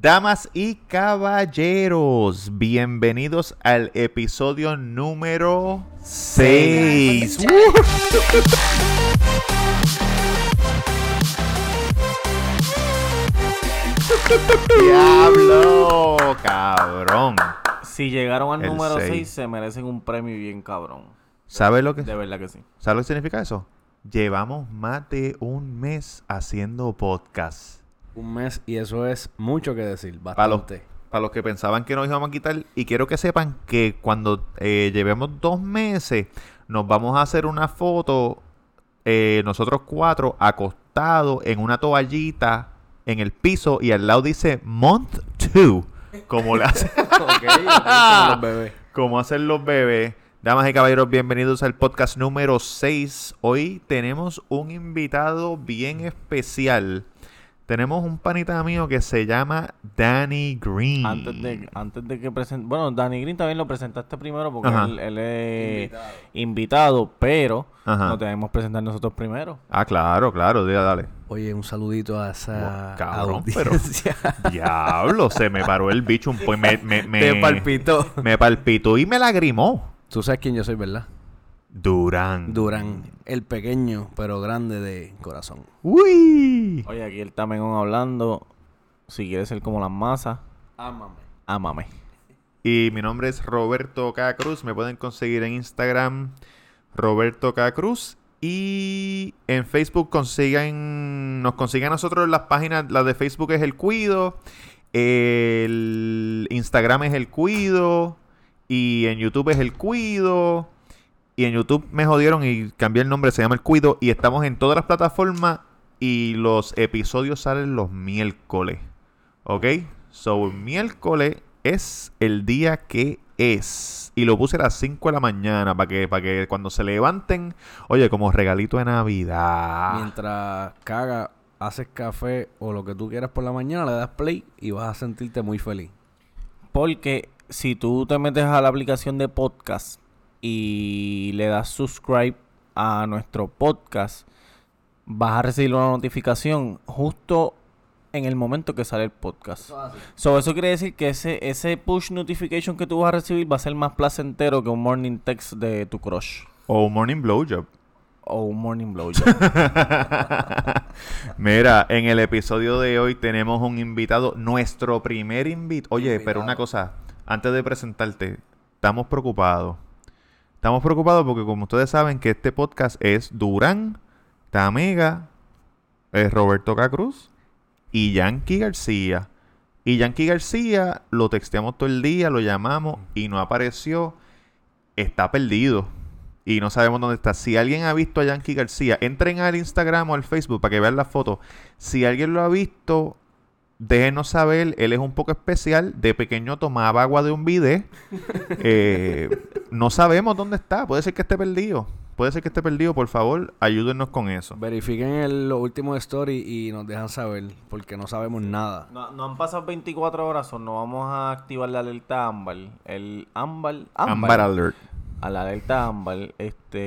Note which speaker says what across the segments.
Speaker 1: Damas y caballeros, bienvenidos al episodio número 6. ¡Diablo! ¡Cabrón!
Speaker 2: Si llegaron al
Speaker 1: El
Speaker 2: número
Speaker 1: seis.
Speaker 2: 6, se merecen un premio bien cabrón.
Speaker 1: ¿Sabes lo que,
Speaker 2: De verdad que sí.
Speaker 1: ¿sabes lo que significa eso? Llevamos más de un mes haciendo podcast.
Speaker 3: Un mes y eso es mucho que decir,
Speaker 1: Para los,
Speaker 3: bastante.
Speaker 1: para los que pensaban que nos íbamos a quitar, y quiero que sepan que cuando eh, llevemos dos meses, nos vamos a hacer una foto, eh, nosotros cuatro, acostados en una toallita en el piso, y al lado dice Month 2, como, le hace-
Speaker 3: Ok, como los bebés.
Speaker 1: como hacen los bebés. Damas y caballeros, bienvenidos al podcast número 6. Hoy tenemos un invitado bien especial. Tenemos un panita mío que se llama Danny Green.
Speaker 2: Antes de, antes de que presente. Bueno, Danny Green también lo presentaste primero porque
Speaker 1: Ajá.
Speaker 2: él, él es invitado, pero
Speaker 1: Ajá.
Speaker 2: nos debemos presentar nosotros primero.
Speaker 1: Ah, claro, claro, dile, dale.
Speaker 3: Oye, un saludito a esa
Speaker 1: Buah, cabrón, pero-
Speaker 3: audiencia.
Speaker 1: Diablo, se me paró el bicho un poco. Me, me, me,
Speaker 3: Te palpitó.
Speaker 1: me palpitó y me lagrimó.
Speaker 3: Tú sabes quién yo soy, ¿verdad?
Speaker 1: Durán.
Speaker 3: Durán, el pequeño pero grande de corazón.
Speaker 1: Uy.
Speaker 2: Oye, aquí el Tamengón hablando. Si quieres ser como las masas,
Speaker 3: Ámame.
Speaker 2: ámame.
Speaker 1: Y mi nombre es Roberto K. Cruz. Me pueden conseguir en Instagram Roberto K. Cruz. Y en Facebook consigan, nos consigan a nosotros las páginas. La de Facebook es El Cuido. El Instagram es El Cuido. Y en YouTube es El Cuido. Y en YouTube me jodieron y cambié el nombre, se llama El Cuido. Y estamos en todas las plataformas. Y los episodios salen los miércoles. ¿Ok? So, miércoles es el día que es. Y lo puse a las 5 de la mañana para que, para que cuando se levanten, oye, como regalito de Navidad.
Speaker 3: Mientras caga, haces café o lo que tú quieras por la mañana, le das play y vas a sentirte muy feliz.
Speaker 2: Porque si tú te metes a la aplicación de podcast y le das subscribe a nuestro podcast, vas a recibir una notificación justo en el momento que sale el podcast. So, eso quiere decir que ese, ese push notification que tú vas a recibir va a ser más placentero que un morning text de tu crush.
Speaker 1: O un morning blowjob.
Speaker 2: O un morning blowjob.
Speaker 1: Mira, en el episodio de hoy tenemos un invitado, nuestro primer invitado. Oye, pero
Speaker 3: Invitado.
Speaker 1: una cosa, antes de presentarte, estamos preocupados. Estamos preocupados porque como ustedes saben que este podcast es Durán, Tamega, es Roberto Cacruz y Yankee García. Y Yankee García lo texteamos todo el día, lo llamamos y no apareció. Está perdido. Y no sabemos dónde está. Si alguien ha visto a Yankee García, entren al Instagram o al Facebook para que vean la foto. Si alguien lo ha visto, déjenos saber. Él es un poco especial. De pequeño tomaba agua de un bidet. Eh, no sabemos dónde está. Puede ser que esté perdido. Puede ser que esté perdido. Por favor, ayúdenos con eso.
Speaker 3: Verifiquen el, lo último de story y nos dejan saber porque no sabemos nada.
Speaker 2: no, no han pasado 24 horas o no vamos a activar la alerta ámbar. El ámbar.
Speaker 1: Amber Alert.
Speaker 2: a la alerta ámbar,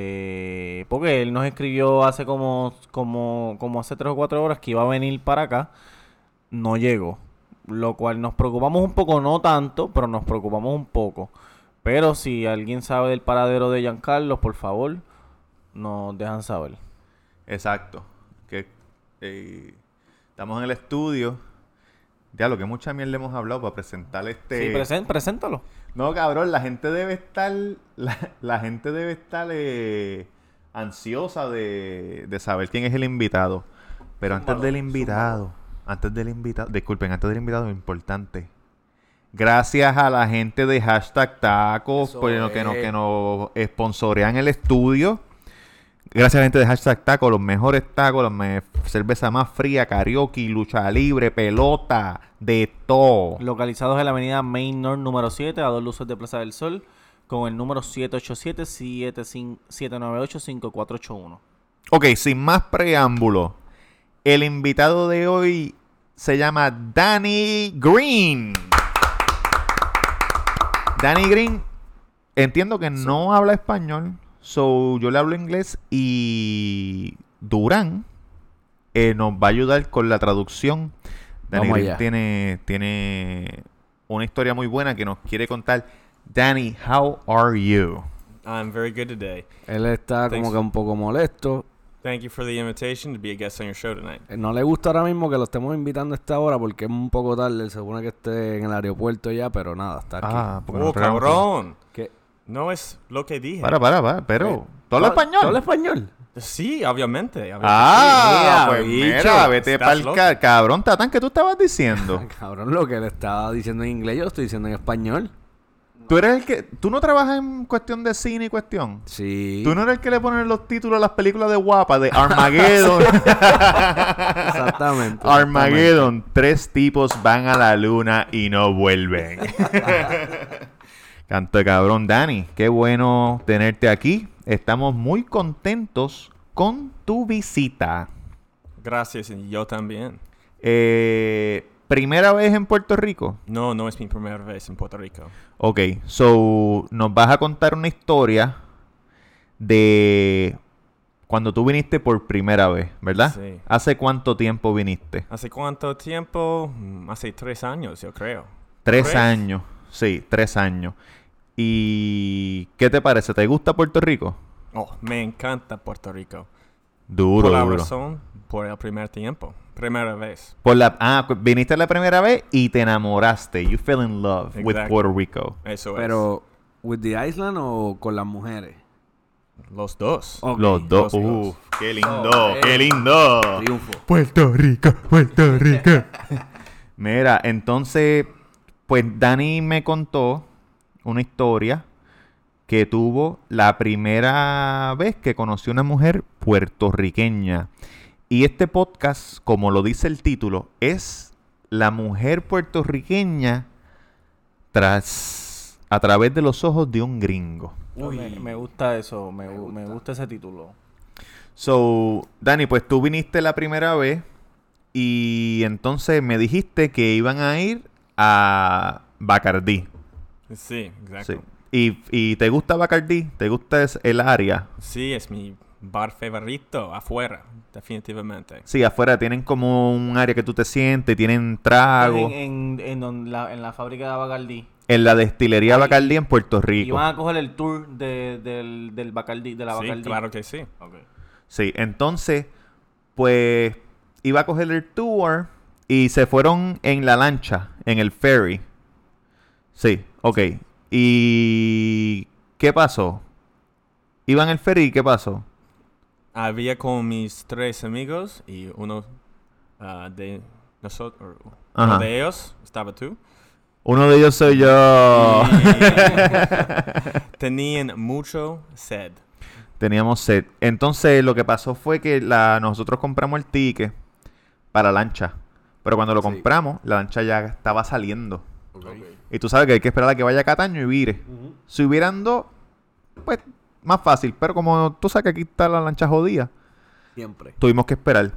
Speaker 2: este, porque él nos escribió hace como, como, como hace tres o cuatro horas que iba a venir para acá, no llegó, lo cual nos preocupamos un poco, no tanto, pero nos preocupamos un poco. Pero si alguien sabe del paradero de Giancarlo, por favor, nos dejan saber.
Speaker 1: Exacto. Que eh, estamos en el estudio. Ya lo que mucha mierda le hemos hablado para presentar este.
Speaker 2: Sí, presen- preséntalo.
Speaker 1: No, cabrón, la gente debe estar. La, la gente debe estar eh, ansiosa de, de saber quién es el invitado. Pero antes del invitado, antes del invitado, disculpen, antes del invitado, importante. Gracias a la gente de hashtag tacos
Speaker 3: Eso
Speaker 1: por lo que, nos,
Speaker 3: es.
Speaker 1: que nos sponsorean el estudio. Gracias a la gente de hashtag tacos, los mejores tacos, la me- cerveza más fría, karaoke, lucha libre, pelota, de todo.
Speaker 2: Localizados en la avenida Main North número 7, a dos luces de Plaza del Sol, con el número 787-798-5481.
Speaker 1: Ok, sin más preámbulo, el invitado de hoy se llama Danny Green. Danny Green, entiendo que no habla español, so yo le hablo inglés y Durán eh, nos va a ayudar con la traducción. Danny
Speaker 3: Vamos
Speaker 1: Green
Speaker 3: allá.
Speaker 1: tiene, tiene una historia muy buena que nos quiere contar. Danny, how are you?
Speaker 4: I'm very good today.
Speaker 3: Él está
Speaker 4: Thanks.
Speaker 3: como que un poco molesto.
Speaker 4: Thank you for the invitation to be a guest on your show tonight.
Speaker 3: Eh, No le gusta ahora mismo que lo estemos invitando a esta hora porque es un poco tarde. Él se supone que esté en el aeropuerto ya, pero nada, está aquí.
Speaker 1: porque no
Speaker 4: oh,
Speaker 1: traemos-
Speaker 4: cabrón.
Speaker 3: ¿Qué?
Speaker 4: No es lo que dije.
Speaker 1: Pues Para, para, para, pero. ¿Todo hablas español?
Speaker 3: Ah, ¿Habla español?
Speaker 4: Sí, obviamente. obviamente.
Speaker 1: Ah,
Speaker 4: Sí,
Speaker 1: pues
Speaker 4: bicho,
Speaker 1: mira, vete
Speaker 4: estás
Speaker 1: pa'l
Speaker 4: loco.
Speaker 1: ca- cabrón, Tatán, ¿qué tú estabas diciendo?
Speaker 3: Cabrón, lo que le estaba diciendo en inglés, yo lo estoy diciendo en español.
Speaker 1: tú eres el que. Tú no trabajas en cuestión de cine y cuestión.
Speaker 3: Sí.
Speaker 1: Tú no eres el que le ponen los títulos a las películas de guapa, de Armageddon.
Speaker 3: Exactamente.
Speaker 1: Armageddon, tres tipos van a la luna y no vuelven. Canto de cabrón, Dani. Qué bueno tenerte aquí. Estamos muy contentos con tu visita.
Speaker 4: Gracias, y yo también.
Speaker 1: Eh, Primera vez en Puerto Rico.
Speaker 4: No, no es mi primera vez en Puerto Rico.
Speaker 1: Ok, so nos vas a contar una historia de cuando tú viniste por primera vez, ¿verdad?
Speaker 4: Sí.
Speaker 1: ¿Hace cuánto tiempo viniste?
Speaker 4: ¿Hace cuánto tiempo? Mm, Hace tres años, yo creo.
Speaker 1: Tres
Speaker 4: Tres.
Speaker 1: años, sí, tres años. ¿Y qué te parece? ¿Te gusta Puerto Rico?
Speaker 4: Oh, me encanta Puerto Rico.
Speaker 1: Duro,
Speaker 4: por la
Speaker 1: duro.
Speaker 4: razón, por el primer tiempo. Primera vez.
Speaker 1: Por la, ah, cu- viniste la primera vez y te enamoraste. You fell in love with
Speaker 4: Exacto.
Speaker 1: Puerto Rico.
Speaker 4: Eso
Speaker 3: Pero, ¿with the Island o con las mujeres?
Speaker 4: es. Los dos.
Speaker 3: Ok.
Speaker 1: Los dos.
Speaker 4: los dos.
Speaker 1: Uf, qué lindo,
Speaker 3: Oh,
Speaker 1: qué
Speaker 3: eh.
Speaker 1: lindo.
Speaker 3: Triunfo.
Speaker 1: Puerto Rico, Puerto Rico. Mira, entonces, pues Dani me contó una historia que tuvo la primera vez que conoció una mujer puertorriqueña. Y este podcast, como lo dice el título, es la mujer puertorriqueña tras a través de los ojos de un gringo.
Speaker 2: Uy, Oh, me, me gusta eso, me, gu- me gusta ese título.
Speaker 1: So, Dani, pues tú viniste la primera vez y entonces me dijiste que iban a ir a Bacardí.
Speaker 4: Sí,
Speaker 1: Sí.
Speaker 4: exacto.
Speaker 1: Y, y te gusta Bacardí, te gusta es- el área.
Speaker 4: Sí, es mi bar favorito afuera, definitivamente.
Speaker 1: Sí, afuera tienen como un área que tú te sientes, tienen trago.
Speaker 2: En, en, en don- la, en la fábrica de Bacardí.
Speaker 1: En la destilería Bacardí en Puerto
Speaker 2: Y
Speaker 1: Rico.
Speaker 2: van a coger el tour de- del, del Bacardí, de la
Speaker 4: sí,
Speaker 2: Bacardí.
Speaker 4: claro que sí.
Speaker 2: Ok.
Speaker 1: Sí, entonces, pues iba a coger el tour y se fueron en la lancha, en el ferry. Sí, ok. ¿Y qué pasó? Iban el ferry, ¿qué pasó?
Speaker 4: Había con mis tres amigos y uno ah, de nosotros, uno
Speaker 1: Ajá.
Speaker 4: de ellos, estaba tú.
Speaker 1: Uno de ellos soy yo.
Speaker 4: Y tenían mucho sed.
Speaker 1: Teníamos set. Entonces, lo que pasó fue que la, nosotros compramos el ticket para la lancha. Pero cuando lo
Speaker 3: Sí.
Speaker 1: compramos, la lancha ya estaba saliendo.
Speaker 3: Ok.
Speaker 1: Y tú sabes que hay que esperar a que vaya a Cataño y vire. Si hubieran dos, pues más fácil. Pero como tú sabes que aquí está la lancha jodida,
Speaker 3: Siempre.
Speaker 1: tuvimos que esperar.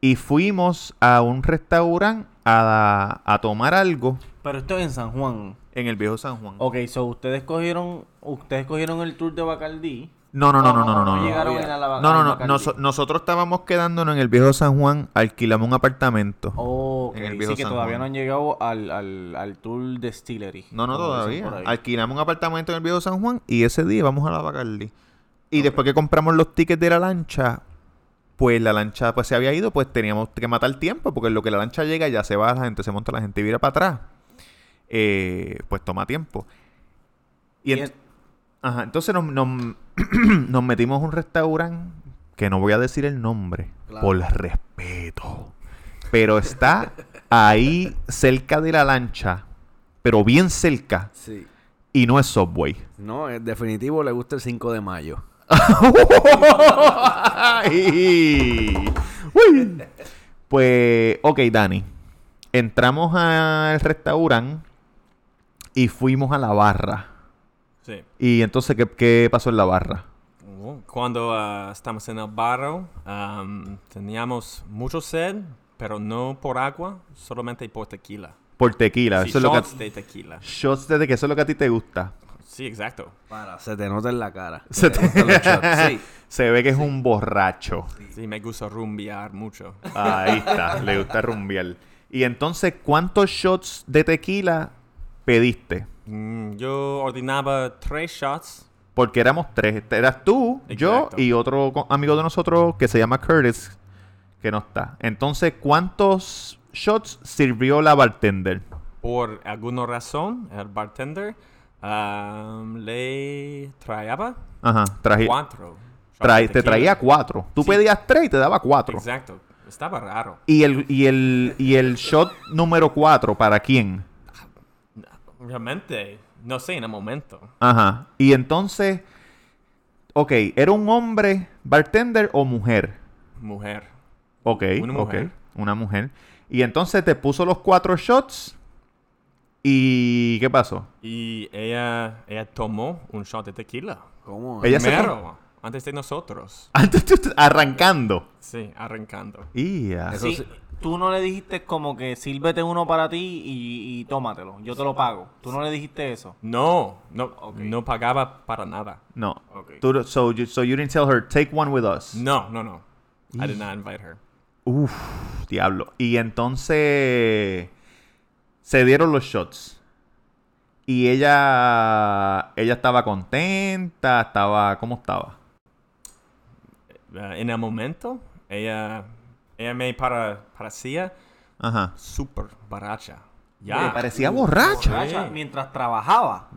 Speaker 1: Y fuimos a un restaurante a, a tomar algo
Speaker 2: Pero esto es en San Juan.
Speaker 1: en el viejo San Juan.
Speaker 2: Ok, so ustedes cogieron, ustedes cogieron el tour de Bacardí.
Speaker 1: No, no, no, no, no, no, no. No,
Speaker 2: llegaron
Speaker 3: todavía.
Speaker 2: en la- al
Speaker 1: no, no, no.
Speaker 2: Bacardí.
Speaker 1: Noso- nosotros estábamos quedándonos en el viejo San Juan, alquilamos un apartamento.
Speaker 2: Ok,
Speaker 1: en el viejo
Speaker 2: sí que
Speaker 1: San
Speaker 2: todavía
Speaker 1: Juan.
Speaker 2: no han llegado al, al, al tour distillery.
Speaker 1: No, no,
Speaker 2: como dicen
Speaker 1: todavía.
Speaker 2: por ahí.
Speaker 1: Alquilamos un apartamento en el viejo San Juan y ese día vamos a la Bacardi. Y después que compramos los tickets de la lancha, pues la lancha pues se había ido, pues teníamos que matar tiempo, porque en lo que la lancha llega ya se va la gente, se monta la gente y vira para atrás. Eh, pues toma tiempo. Y,
Speaker 2: Y
Speaker 1: ent-
Speaker 2: es-
Speaker 1: ajá, entonces nos, nos- nos metimos a un restaurante que no voy a decir el nombre
Speaker 3: Claro.
Speaker 1: por respeto. Pero está ahí cerca de la lancha, pero bien cerca.
Speaker 3: Sí.
Speaker 1: Y no es Subway.
Speaker 3: No, en definitivo le gusta el 5 de mayo.
Speaker 1: Ay. Uy. pues, ok, Dani. Entramos al restaurante y fuimos a la barra.
Speaker 4: Sí.
Speaker 1: Y entonces, ¿qué, qué pasó en la barra?
Speaker 4: Cuando ah, estamos en el barro, am, teníamos mucho sed, pero no por agua, solamente por tequila.
Speaker 1: Por tequila.
Speaker 4: Sí,
Speaker 1: eso es lo que...
Speaker 4: shots de tequila.
Speaker 1: Shots de que eso es lo que a ti te gusta.
Speaker 4: Sí, exacto.
Speaker 3: Para, se te nota en la cara.
Speaker 1: Se te-
Speaker 3: gustan los shots. Sí.
Speaker 1: Se ve que es un borracho.
Speaker 4: Sí, me gusta rumbear mucho.
Speaker 1: Ah, Ahí está, le gusta rumbear. Y entonces, ¿cuántos shots de tequila pediste?
Speaker 4: Mm, yo ordenaba tres shots.
Speaker 1: Porque éramos tres. Este, Eras tú,
Speaker 4: Exacto.
Speaker 1: yo y otro co- amigo de nosotros que se llama Curtis, que no está. Entonces, ¿cuántos shots sirvió la bartender?
Speaker 4: Por alguna razón, el bartender um, le traía
Speaker 1: Ajá, traje-
Speaker 4: cuatro. shots
Speaker 1: trae-
Speaker 4: de
Speaker 1: te
Speaker 4: tequila.
Speaker 1: traía cuatro. Tú
Speaker 4: Sí.
Speaker 1: pedías tres y te daba cuatro.
Speaker 4: Exacto. Estaba raro.
Speaker 1: Y el, y, el, y el shot número cuatro, ¿para quién?
Speaker 4: Realmente, no sé, en el momento.
Speaker 1: Ajá. Y entonces, ok, ¿era un hombre bartender o mujer?
Speaker 4: Mujer.
Speaker 1: Ok,
Speaker 4: Una
Speaker 1: una
Speaker 4: mujer.
Speaker 1: mujer. Una mujer. Y entonces te puso los cuatro shots. ¿Y qué pasó?
Speaker 4: Y ella, ella tomó un shot de tequila.
Speaker 3: ¿Cómo?
Speaker 1: Ella se
Speaker 4: Primero, antes de nosotros.
Speaker 1: Antes tú- tú- Arrancando.
Speaker 4: Sí, arrancando.
Speaker 1: Ia.
Speaker 3: Eso
Speaker 2: Sí,
Speaker 3: sí.
Speaker 2: Tú no le dijiste como que sírvete uno para ti y, y tómatelo, yo te lo pago. Tú no le dijiste eso.
Speaker 4: No, no, no pagaba para nada.
Speaker 1: No.
Speaker 2: Ok.
Speaker 1: Tú- so, you, so you didn't tell her, take one with us.
Speaker 4: No, no, no. I did not invite her.
Speaker 1: Uf, diablo. Y entonces se dieron los shots. Y ella ella estaba contenta, estaba ¿cómo estaba?
Speaker 4: Eh, en el momento, ella, ella me para, parecía
Speaker 1: Ajá.
Speaker 4: súper borracha.
Speaker 1: Oye,
Speaker 4: Ya,
Speaker 1: parecía borracha.
Speaker 2: Borracha, Mientras trabajaba,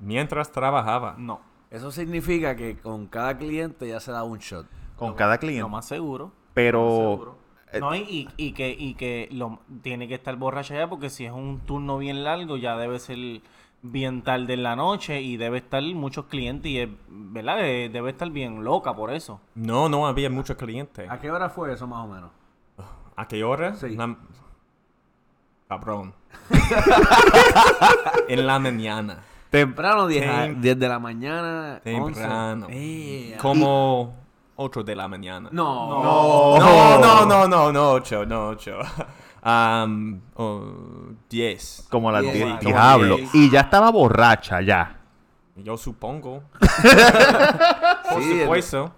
Speaker 4: mientras trabajaba.
Speaker 3: Mm.
Speaker 2: no.
Speaker 3: Eso significa que con cada cliente ya se da un shot.
Speaker 1: Con cada cliente.
Speaker 2: Lo más seguro.
Speaker 1: pero eh,
Speaker 2: No, y, y- y que, y que lo, tiene que estar borracha ya porque si es un turno bien largo ya debe ser bien tarde en la noche y debe estar muchos clientes y es, ¿verdad? Eh, Debe estar bien loca por eso.
Speaker 4: No, no había mucho cliente.
Speaker 3: ¿A qué hora fue eso más o menos?
Speaker 4: ¿A qué hora?
Speaker 3: Ah. Sí.
Speaker 4: La- Cabrón. en la mañana.
Speaker 3: Temprano, 10, a-
Speaker 4: Tem-
Speaker 3: 10 de la mañana. 11.
Speaker 4: Temprano.
Speaker 3: Eh,
Speaker 4: Como 8 de la mañana.
Speaker 3: No. Oh.
Speaker 1: No.
Speaker 4: No, no, no, no, no, 8, no, 8. Um, 10.
Speaker 1: como las
Speaker 3: Diez.
Speaker 1: 10
Speaker 3: Como
Speaker 1: diablo
Speaker 4: diez.
Speaker 1: y ya estaba borracha ya.
Speaker 4: Yo supongo. Por
Speaker 3: Sí,
Speaker 4: supuesto.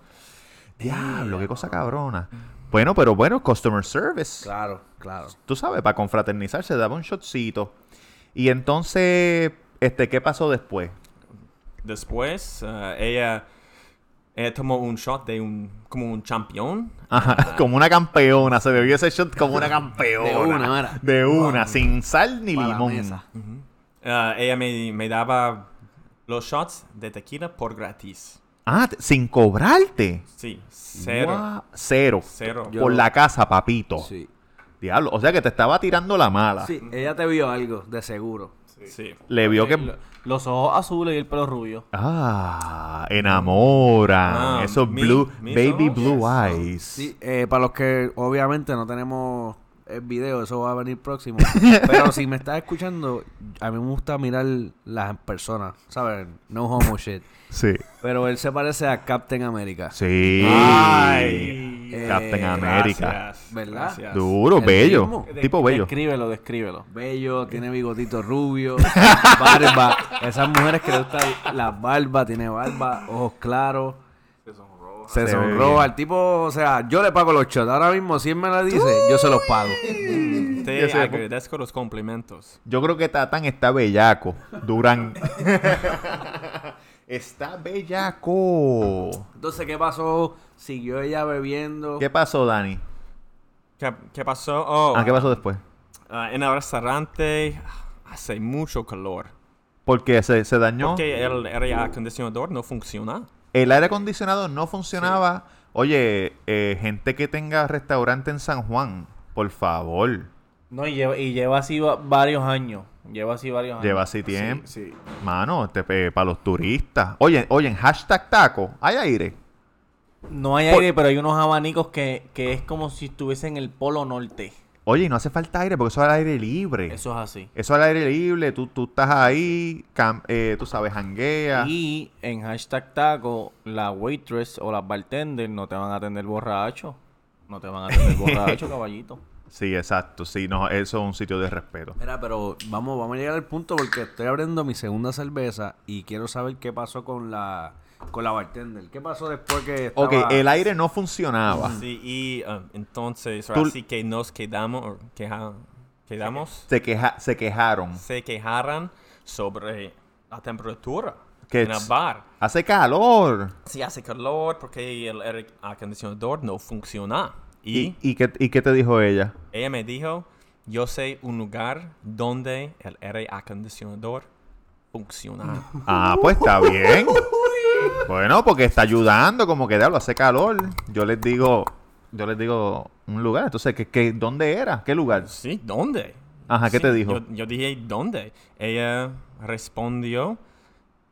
Speaker 1: Diablo, qué cosa cabrona. Bueno, pero bueno, customer service.
Speaker 3: Claro, claro.
Speaker 1: Tú sabes, para confraternizar se daba un shotcito. Y entonces este ¿qué pasó después?
Speaker 4: Después, eh, ella, ella tomó un shot de un, como un champión.
Speaker 1: Ajá, como una campeona, se bebió ese shot como una campeona.
Speaker 3: De una, mira.
Speaker 1: De una, sin sal ni
Speaker 3: Pa' la
Speaker 1: limón.
Speaker 3: mesa.
Speaker 4: Eh, ella me, me daba los shots de tequila por gratis.
Speaker 1: Ah, te- sin cobrarte.
Speaker 4: Sí, cero.
Speaker 1: Guau, Cero.
Speaker 4: Cero.
Speaker 3: Yo-
Speaker 1: Por la casa, papito.
Speaker 3: Sí.
Speaker 1: Diablo, o sea que te estaba tirando la mala.
Speaker 3: Sí, ella te vio algo, de seguro.
Speaker 4: Sí.
Speaker 1: Le vio que...
Speaker 2: Lo- Los ojos azules y el pelo rubio.
Speaker 1: Ah, enamoran.
Speaker 4: Ah,
Speaker 1: Esos
Speaker 4: mi-
Speaker 1: blue,
Speaker 4: mis
Speaker 1: baby
Speaker 4: ojos.
Speaker 1: blue
Speaker 4: Ah,
Speaker 1: eyes.
Speaker 3: Sí, eh, para los que obviamente no tenemos el video, eso va a venir próximo. Pero si me estás escuchando, a mí me gusta mirar las personas, ¿sabes? No homo shit.
Speaker 1: Sí.
Speaker 3: Pero él se parece a Captain America.
Speaker 1: Sí.
Speaker 4: Ay.
Speaker 3: Eh,
Speaker 1: Captain América.
Speaker 4: Gracias,
Speaker 3: ¿Verdad?
Speaker 4: gracias.
Speaker 1: Duro,
Speaker 3: El
Speaker 1: bello.
Speaker 3: mismo.
Speaker 1: Tipo bello.
Speaker 2: Descríbelo, descríbelo.
Speaker 3: Bello, tiene bigotito rubio, barba. Esas mujeres que le gustan las barbas, tiene barba, ojos claros. Se
Speaker 1: Se ve
Speaker 3: sonroja.
Speaker 1: bien.
Speaker 3: El tipo, o sea, yo le pago los shots. Ahora mismo, si él me la dice, yo se los pago.
Speaker 4: Te agradezco los complementos.
Speaker 1: Yo creo que Tatán está bellaco. Durán. está bellaco.
Speaker 3: Entonces, ¿qué pasó? Siguió ella bebiendo.
Speaker 1: ¿Qué pasó, Dani?
Speaker 4: ¿Qué, qué pasó? Oh,
Speaker 1: Ah, ¿qué pasó después?
Speaker 4: ah, en el restaurante ah, hace mucho calor.
Speaker 1: Porque se, se dañó.
Speaker 4: Porque el aire acondicionador no funciona.
Speaker 1: El aire acondicionado no funcionaba. Oye, eh, gente que tenga restaurante en San Juan, por favor.
Speaker 2: No, y lleva, y lleva así va- varios años. Lleva así varios años.
Speaker 1: Lleva así tiempo.
Speaker 2: Sí, sí.
Speaker 1: Mano, para los turistas. Oye, oye, en hashtag taco, ¿hay aire?
Speaker 2: No hay
Speaker 1: Por-
Speaker 2: aire, pero hay unos abanicos que, que es como si estuviese en el polo norte.
Speaker 1: Oye, y no hace falta aire porque eso es al aire libre. Eso,
Speaker 2: Eso es así.
Speaker 1: es al aire libre, tú, tú estás ahí, cam- eh, tú sabes, janguea.
Speaker 2: Y en hashtag taco, la waitress o las bartender no te van a atender borracho. No te van a atender borracho, caballito.
Speaker 1: Sí, exacto, sí, no, eso es un sitio de respeto.
Speaker 3: Mira, pero vamos, vamos a llegar al punto porque estoy abriendo mi segunda cerveza y quiero saber qué pasó con la con la bartender. ¿Qué pasó después que estaba...
Speaker 1: Ok, el aire no funcionaba.
Speaker 4: Sí, y ah, entonces,
Speaker 1: Tú-
Speaker 4: así que nos quedamos, o queja- Quedamos,
Speaker 1: Se, queja, se quejaron.
Speaker 4: se quejaron sobre la temperatura
Speaker 1: Que
Speaker 4: en el
Speaker 1: es-
Speaker 4: bar.
Speaker 1: Hace calor.
Speaker 4: Si hace calor, porque el aire acondicionador no funciona.
Speaker 1: ¿Y,
Speaker 4: Y
Speaker 1: y, qué, ¿Y qué te dijo ella?
Speaker 4: ella me dijo, yo sé un lugar donde el aire acondicionador funciona.
Speaker 1: Ah, pues está bien. Bueno, porque está ayudando, como que diablo, hace calor. Yo les digo, yo les digo un lugar. Entonces, ¿qué, qué, dónde era? ¿Qué lugar?
Speaker 4: Sí, ¿dónde?
Speaker 1: Ajá, ¿qué
Speaker 4: Sí,
Speaker 1: te dijo?
Speaker 4: Yo, yo dije, ¿dónde? Ella respondió,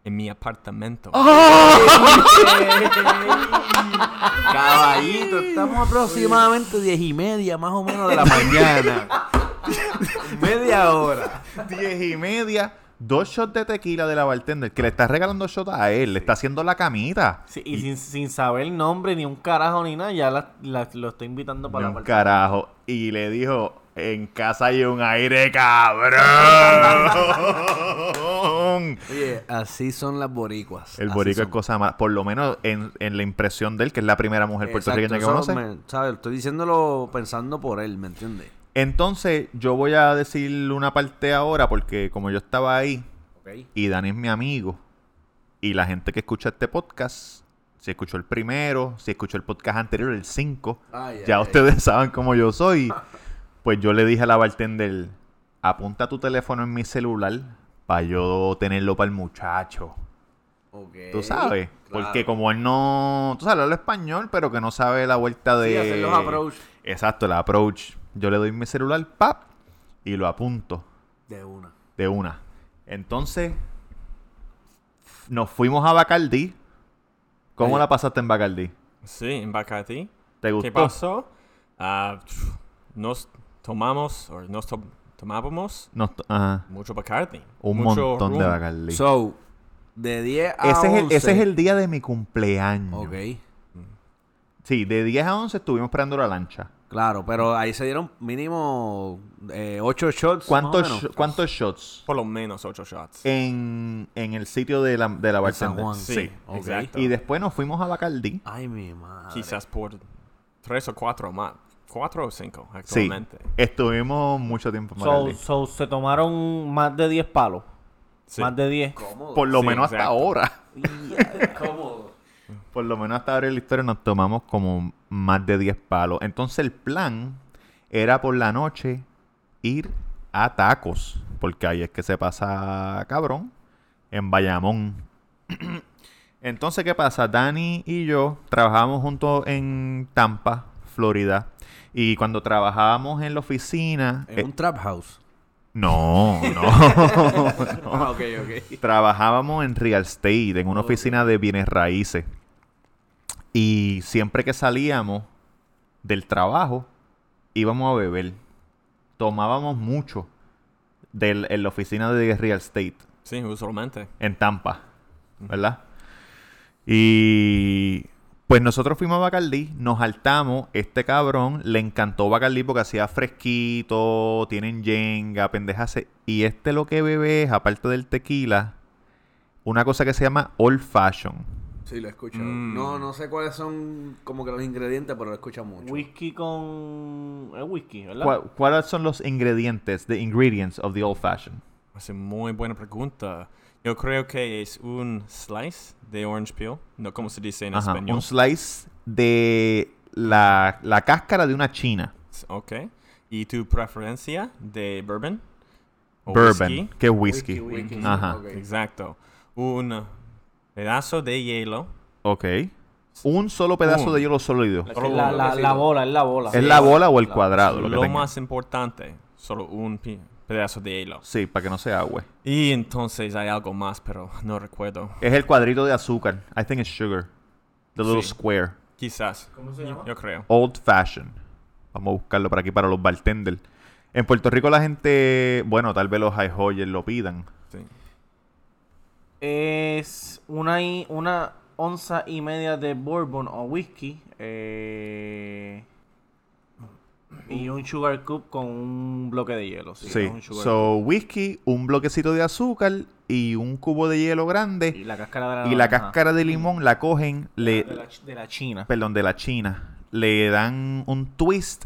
Speaker 4: en mi apartamento.
Speaker 1: Ah.
Speaker 3: Caballito, estamos aproximadamente diez y media más o menos de la mañana. media hora.
Speaker 1: Diez y media, dos shots de tequila de la bartender, que le está regalando shots a él, le está haciendo la camita.
Speaker 2: Sí, y sin, sin saber el nombre, ni un carajo, ni nada, ya la- la- lo estoy invitando para
Speaker 1: De
Speaker 2: la
Speaker 1: un
Speaker 2: parte.
Speaker 1: carajo. Y le dijo, en casa hay un aire cabrón.
Speaker 3: Oye, así son las boricuas.
Speaker 1: El
Speaker 3: Así
Speaker 1: borico es
Speaker 3: son.
Speaker 1: cosa más, por lo menos en, en la impresión de él, que es la primera mujer puertorriqueña que
Speaker 3: Exacto,
Speaker 1: conoce.
Speaker 3: eso me- ¿Sabes? Estoy diciéndolo pensando por él, ¿me entiendes?
Speaker 1: Entonces, yo voy a decir una parte ahora, porque como yo estaba ahí, y Dani es mi amigo, y la gente que escucha este podcast, si escuchó el primero, si escuchó el podcast anterior, el 5,
Speaker 3: Ay,
Speaker 1: ya
Speaker 3: ay,
Speaker 1: ustedes saben cómo yo soy. Pues yo le dije a la bartender, apunta tu teléfono en mi celular para yo tenerlo para el muchacho.
Speaker 3: ok.
Speaker 1: Tú sabes,
Speaker 3: Claro.
Speaker 1: porque como él no, tú sabes, habla español, pero que no sabe la vuelta de...
Speaker 3: Sí, hacer los approach
Speaker 1: Exacto, el approach. Yo le doy mi celular, pap, y lo apunto
Speaker 3: de una.
Speaker 1: de una. Entonces, nos fuimos a Bacardí. ¿Cómo
Speaker 3: Oye.
Speaker 1: la pasaste en Bacardí?
Speaker 4: Sí, en Bacati.
Speaker 1: ¿Te gustó?
Speaker 4: ¿Qué pasó? Ah, pf, nos tomamos, o nos to- tomábamos
Speaker 1: Nos to- ajá,
Speaker 4: mucho Bacardi.
Speaker 1: un
Speaker 4: mucho
Speaker 1: montón de
Speaker 4: rum.
Speaker 1: Bacardí.
Speaker 3: So, de 10 a
Speaker 1: ese, es el,
Speaker 3: 11.
Speaker 1: ese es el día de mi cumpleaños.
Speaker 3: Ok.
Speaker 1: Sí, de 10 a 11 estuvimos esperando la lancha.
Speaker 3: Claro, pero ahí se dieron mínimo 8 shots.
Speaker 1: ¿Cuántos,
Speaker 3: más o menos.
Speaker 1: sho- ¿cuántos shots?
Speaker 4: Por lo menos ocho shots.
Speaker 1: Eh, En, en el sitio de la, de la
Speaker 3: En San
Speaker 1: bartender.
Speaker 3: Juan. Ah,
Speaker 4: sí,
Speaker 3: ok.
Speaker 4: exacto.
Speaker 1: Y después nos fuimos a Bacardí.
Speaker 3: Ay, mi madre.
Speaker 4: Quizás por tres o cuatro más. Cuatro o cinco actualmente.
Speaker 1: Estuvimos mucho tiempo en
Speaker 2: So,
Speaker 1: Bacardí.
Speaker 2: so, se tomaron más de 10 palos.
Speaker 4: Sí.
Speaker 2: Más de 10.
Speaker 3: Cómodo.
Speaker 1: Por lo
Speaker 4: Sí,
Speaker 1: menos hasta
Speaker 4: exacto.
Speaker 1: ahora.
Speaker 3: Cómodo.
Speaker 1: Por lo menos hasta ahora en la historia nos tomamos como más de 10 palos. Entonces el plan era por la noche ir a tacos. Porque ahí es que se pasa cabrón. En Bayamón. Entonces, ¿qué pasa? Dani y yo trabajábamos juntos en Tampa, Florida. Y cuando trabajábamos en la oficina...
Speaker 3: En
Speaker 1: eh,
Speaker 3: un trap house.
Speaker 1: No, no.
Speaker 3: Ah, ok, ok.
Speaker 1: trabajábamos en real estate, en una oficina de bienes raíces. Y siempre que salíamos del trabajo, íbamos a beber. Tomábamos mucho del- en la oficina de real estate
Speaker 4: Sí, usualmente.
Speaker 1: en Tampa, ¿verdad? Y pues nosotros fuimos a Bacardí, nos saltamos, este cabrón le encantó Bacardí porque hacía fresquito, tienen yenga, pendejase. Y este lo que bebe es, aparte del tequila, una cosa que se llama old fashion.
Speaker 3: Sí, lo escucho.
Speaker 4: Mm.
Speaker 3: No, no sé cuáles son como que los ingredientes, pero lo escucho mucho.
Speaker 2: Whisky con. Es whisky, ¿verdad?
Speaker 1: ¿Cuál- ¿Cuáles son los ingredientes, the ingredients of the old fashion?
Speaker 4: Es una muy buena pregunta. Yo creo que es un slice de orange peel. No, como se dice en
Speaker 1: Ajá,
Speaker 4: español.
Speaker 1: un slice de la, la cáscara de una china.
Speaker 4: Ok. ¿Y tu preferencia de bourbon? ¿O
Speaker 1: Bourbon,
Speaker 4: whisky?
Speaker 1: que whisky.
Speaker 3: whisky.
Speaker 1: Ajá.
Speaker 3: Ok.
Speaker 4: Exacto. Un pedazo de hielo.
Speaker 1: Ok. Un solo pedazo
Speaker 4: Un.
Speaker 1: de hielo sólido.
Speaker 2: Es que la, la- la bola, es la bola.
Speaker 1: ¿Es la bola o el cuadrado? Lo
Speaker 4: Lo,
Speaker 1: que tenga.
Speaker 4: más importante, solo un pi- pedazo de hielo.
Speaker 1: Sí, para que no se agüe.
Speaker 4: Y entonces hay algo más, pero no recuerdo.
Speaker 1: Es el cuadrito de azúcar. I think it's sugar. The little
Speaker 4: Sí.
Speaker 1: square.
Speaker 4: Quizás.
Speaker 2: ¿Cómo se llama?
Speaker 4: Yo creo.
Speaker 1: Old fashioned. Vamos a buscarlo para aquí, para los bartenders. En Puerto Rico la gente, bueno, tal vez los high hoyers lo pidan.
Speaker 4: Sí.
Speaker 2: Es una, y- una onza y media de bourbon o whisky. eh, y un sugar cube con un bloque de hielo. Sí.
Speaker 1: Sí.
Speaker 2: es un sugar
Speaker 1: So, whisky, un bloquecito de azúcar y un cubo de hielo
Speaker 2: cube. Y
Speaker 1: grande.
Speaker 2: la cáscara de la
Speaker 1: Y la
Speaker 2: naranja.
Speaker 1: cáscara de limón la cogen,
Speaker 2: de
Speaker 1: le,
Speaker 2: la, chi- de la China.
Speaker 1: perdón, de la China, le dan un twist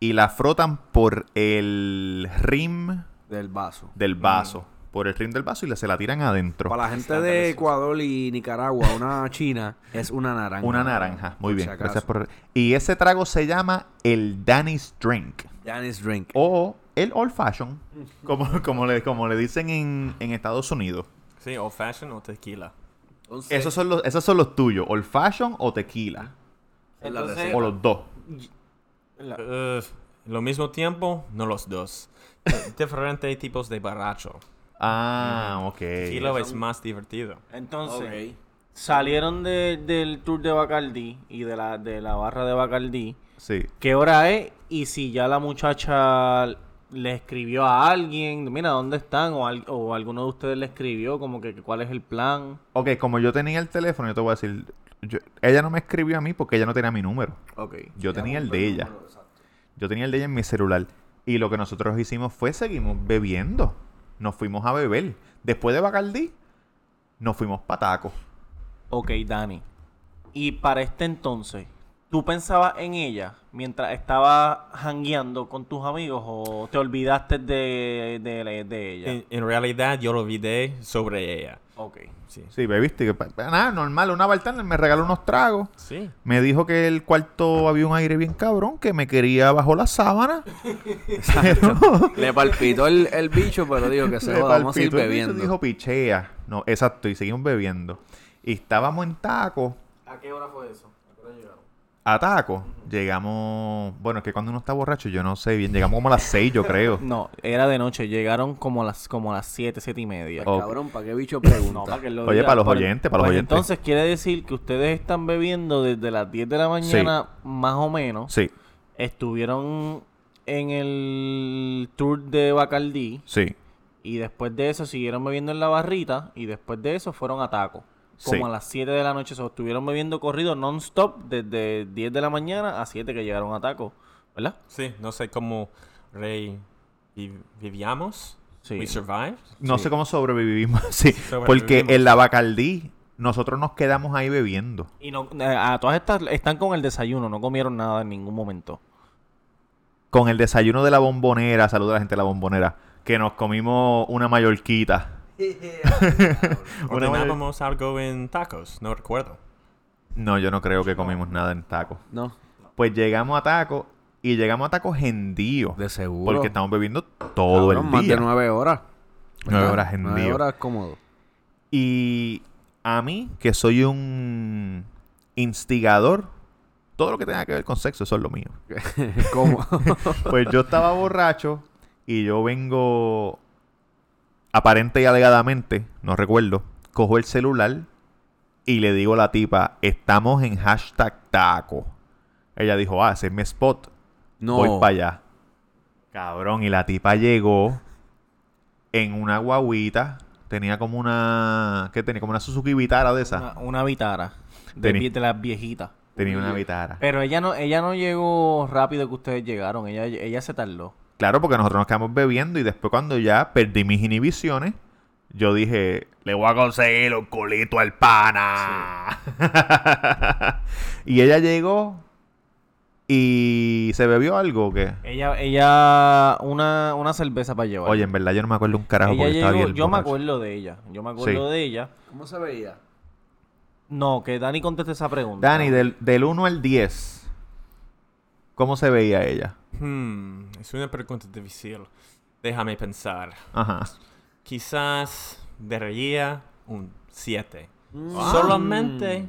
Speaker 1: y la frotan por el rim
Speaker 3: del vaso.
Speaker 1: del vaso. Por el rim del vaso y la- se la tiran adentro.
Speaker 3: Para Mm. la gente de Ecuador y Nicaragua, una china es una naranja.
Speaker 1: Una naranja. Muy
Speaker 3: Por
Speaker 1: bien.
Speaker 3: si acaso.
Speaker 1: Gracias por... Y ese trago se llama el Danish Drink.
Speaker 3: Janis Drink.
Speaker 1: O el Old Fashion. Como, como, le, como le dicen en, en Estados Unidos.
Speaker 4: Sí, old fashion o tequila.
Speaker 3: Entonces,
Speaker 1: Esos son los, esos son los tuyos. Old Fashion o tequila.
Speaker 3: es la
Speaker 4: Entonces-
Speaker 1: O los dos.
Speaker 4: Eh, lo mismo tiempo, no los dos. Eh, Diferentes tipos de borracho.
Speaker 1: Ah, ok.
Speaker 4: Tequila es más divertido.
Speaker 2: Entonces, salieron de- del tour de Bacardi y de la, de la barra de Bacardi.
Speaker 1: Sí.
Speaker 2: ¿Qué hora es? Y si ya la muchacha le escribió a alguien, mira, ¿dónde están? O, al- o alguno de ustedes le escribió, como que cuál es el plan.
Speaker 1: Ok, como yo tenía el teléfono, yo te voy a decir... yo- ella no me escribió a mí porque ella no tenía mi número.
Speaker 3: Ok.
Speaker 1: Yo
Speaker 3: Ya
Speaker 1: tenía el
Speaker 3: compré
Speaker 1: de ella.
Speaker 3: número, exacto.
Speaker 1: Yo tenía el de ella en mi celular. Y lo que nosotros hicimos fue seguimos bebiendo. Nos fuimos a beber. Después de Bacardí, nos fuimos patacos.
Speaker 2: Ok, Dani. Y para este entonces, ¿tú pensabas en ella mientras estabas jangueando con tus amigos o te olvidaste de, de, la- de ella?
Speaker 4: En, en realidad, yo lo olvidé sobre ella.
Speaker 2: Ok.
Speaker 4: Sí.
Speaker 1: Sí, bebiste. que pa- pa- Nada, normal. Una bartender me regaló unos tragos.
Speaker 4: Sí.
Speaker 1: Me dijo que el cuarto había un aire bien cabrón, que me quería bajo la sábana.
Speaker 3: Le palpitó el, el bicho, pero digo que se
Speaker 1: Le
Speaker 3: joda, vamos a ir
Speaker 1: palpitó el bicho y
Speaker 3: bebiendo.
Speaker 1: dijo, pichea. No, exacto. Y seguimos bebiendo. Y estábamos en tacos.
Speaker 2: ¿A qué hora fue eso?
Speaker 1: A tacos. Llegamos... Bueno, es que cuando uno está borracho, yo no sé bien. Llegamos como a las seis, yo creo.
Speaker 2: No, era de noche. Llegaron como las como las 7, 7 y media.
Speaker 1: Ok.
Speaker 3: Pues, Cabrón, ¿para qué bicho pregunta?
Speaker 2: No, para que lo
Speaker 1: Oye,
Speaker 2: diga.
Speaker 1: para los
Speaker 2: Pues-
Speaker 1: oyentes, para los
Speaker 2: pues
Speaker 1: oyentes.
Speaker 2: Entonces quiere decir que ustedes están bebiendo desde las 10 de la mañana, más o menos.
Speaker 1: Sí,
Speaker 2: Estuvieron en el tour de Bacardí
Speaker 1: sí.
Speaker 2: y después de eso siguieron bebiendo en la barrita y después de eso fueron a taco. Como
Speaker 1: Sí.
Speaker 2: a las 7 de la noche, se estuvieron bebiendo corrido non-stop desde 10 de la mañana a 7 que llegaron a taco, ¿verdad?
Speaker 4: Sí, no sé cómo rey vivíamos.
Speaker 2: Sí.
Speaker 4: We survived.
Speaker 1: No sé cómo sobrevivimos, sí.
Speaker 4: Sobrevivimos.
Speaker 1: Porque en la Bacardí nosotros nos quedamos ahí bebiendo.
Speaker 2: Y no, eh, a todas estas están con el desayuno, no comieron nada en ningún momento.
Speaker 1: Con el desayuno de la bombonera, saluda a la gente de la bombonera, que nos comimos una mallorquita. Una mayor-
Speaker 4: Ordenábamos algo en tacos, no recuerdo.
Speaker 1: No, yo no creo que comimos nada en taco.
Speaker 3: No,
Speaker 1: Pues llegamos a taco y llegamos a tacos gendío.
Speaker 3: de seguro.
Speaker 1: Porque estamos bebiendo todo
Speaker 3: Cabrón,
Speaker 1: el
Speaker 3: Más
Speaker 1: día.
Speaker 3: de nueve horas.
Speaker 1: Nueve
Speaker 3: ¿Verdad?
Speaker 1: horas en
Speaker 3: Nueve
Speaker 1: día.
Speaker 3: horas cómodo.
Speaker 1: Y a mí, que soy un instigador, todo lo que tenga que ver con sexo, eso es lo mío.
Speaker 3: ¿Cómo?
Speaker 1: Pues yo estaba borracho y yo vengo, aparente y alegadamente, no recuerdo, cojo el celular y le digo a la tipa, estamos en hashtag taco. Ella dijo, ah, ese es mi spot,
Speaker 3: No.
Speaker 1: voy para allá. Cabrón, y la tipa llegó en una guaguita, tenía como una, ¿qué tenía? Como una Suzuki Vitara de esa.
Speaker 2: Una, una vitara de,
Speaker 1: Ah. Tenis.
Speaker 2: vie- de las viejitas.
Speaker 1: Tenía una Vitara.
Speaker 2: Pero ella no, ella no llegó rápido que ustedes llegaron, ella, ella se tardó.
Speaker 1: Claro, porque nosotros nos quedamos bebiendo y después cuando ya perdí mis inhibiciones, yo dije, le voy a conseguir un culito al pana. y ella llegó y se bebió algo o qué?
Speaker 2: Ella, ella, una, una cerveza para llevar.
Speaker 1: Oye, en verdad yo no me acuerdo un carajo
Speaker 2: ella
Speaker 1: porque estaba
Speaker 2: llegó-
Speaker 1: bien
Speaker 2: yo me
Speaker 1: borracho.
Speaker 2: acuerdo de ella, yo me acuerdo
Speaker 1: Sí.
Speaker 2: de ella.
Speaker 3: ¿Cómo se veía?
Speaker 2: No, que Dani conteste esa pregunta.
Speaker 1: Dani, del, del 1 al 10, ¿cómo se veía ella?
Speaker 4: Hmm, es una pregunta difícil. Déjame pensar.
Speaker 1: Ajá.
Speaker 4: Quizás daría un 7. Solamente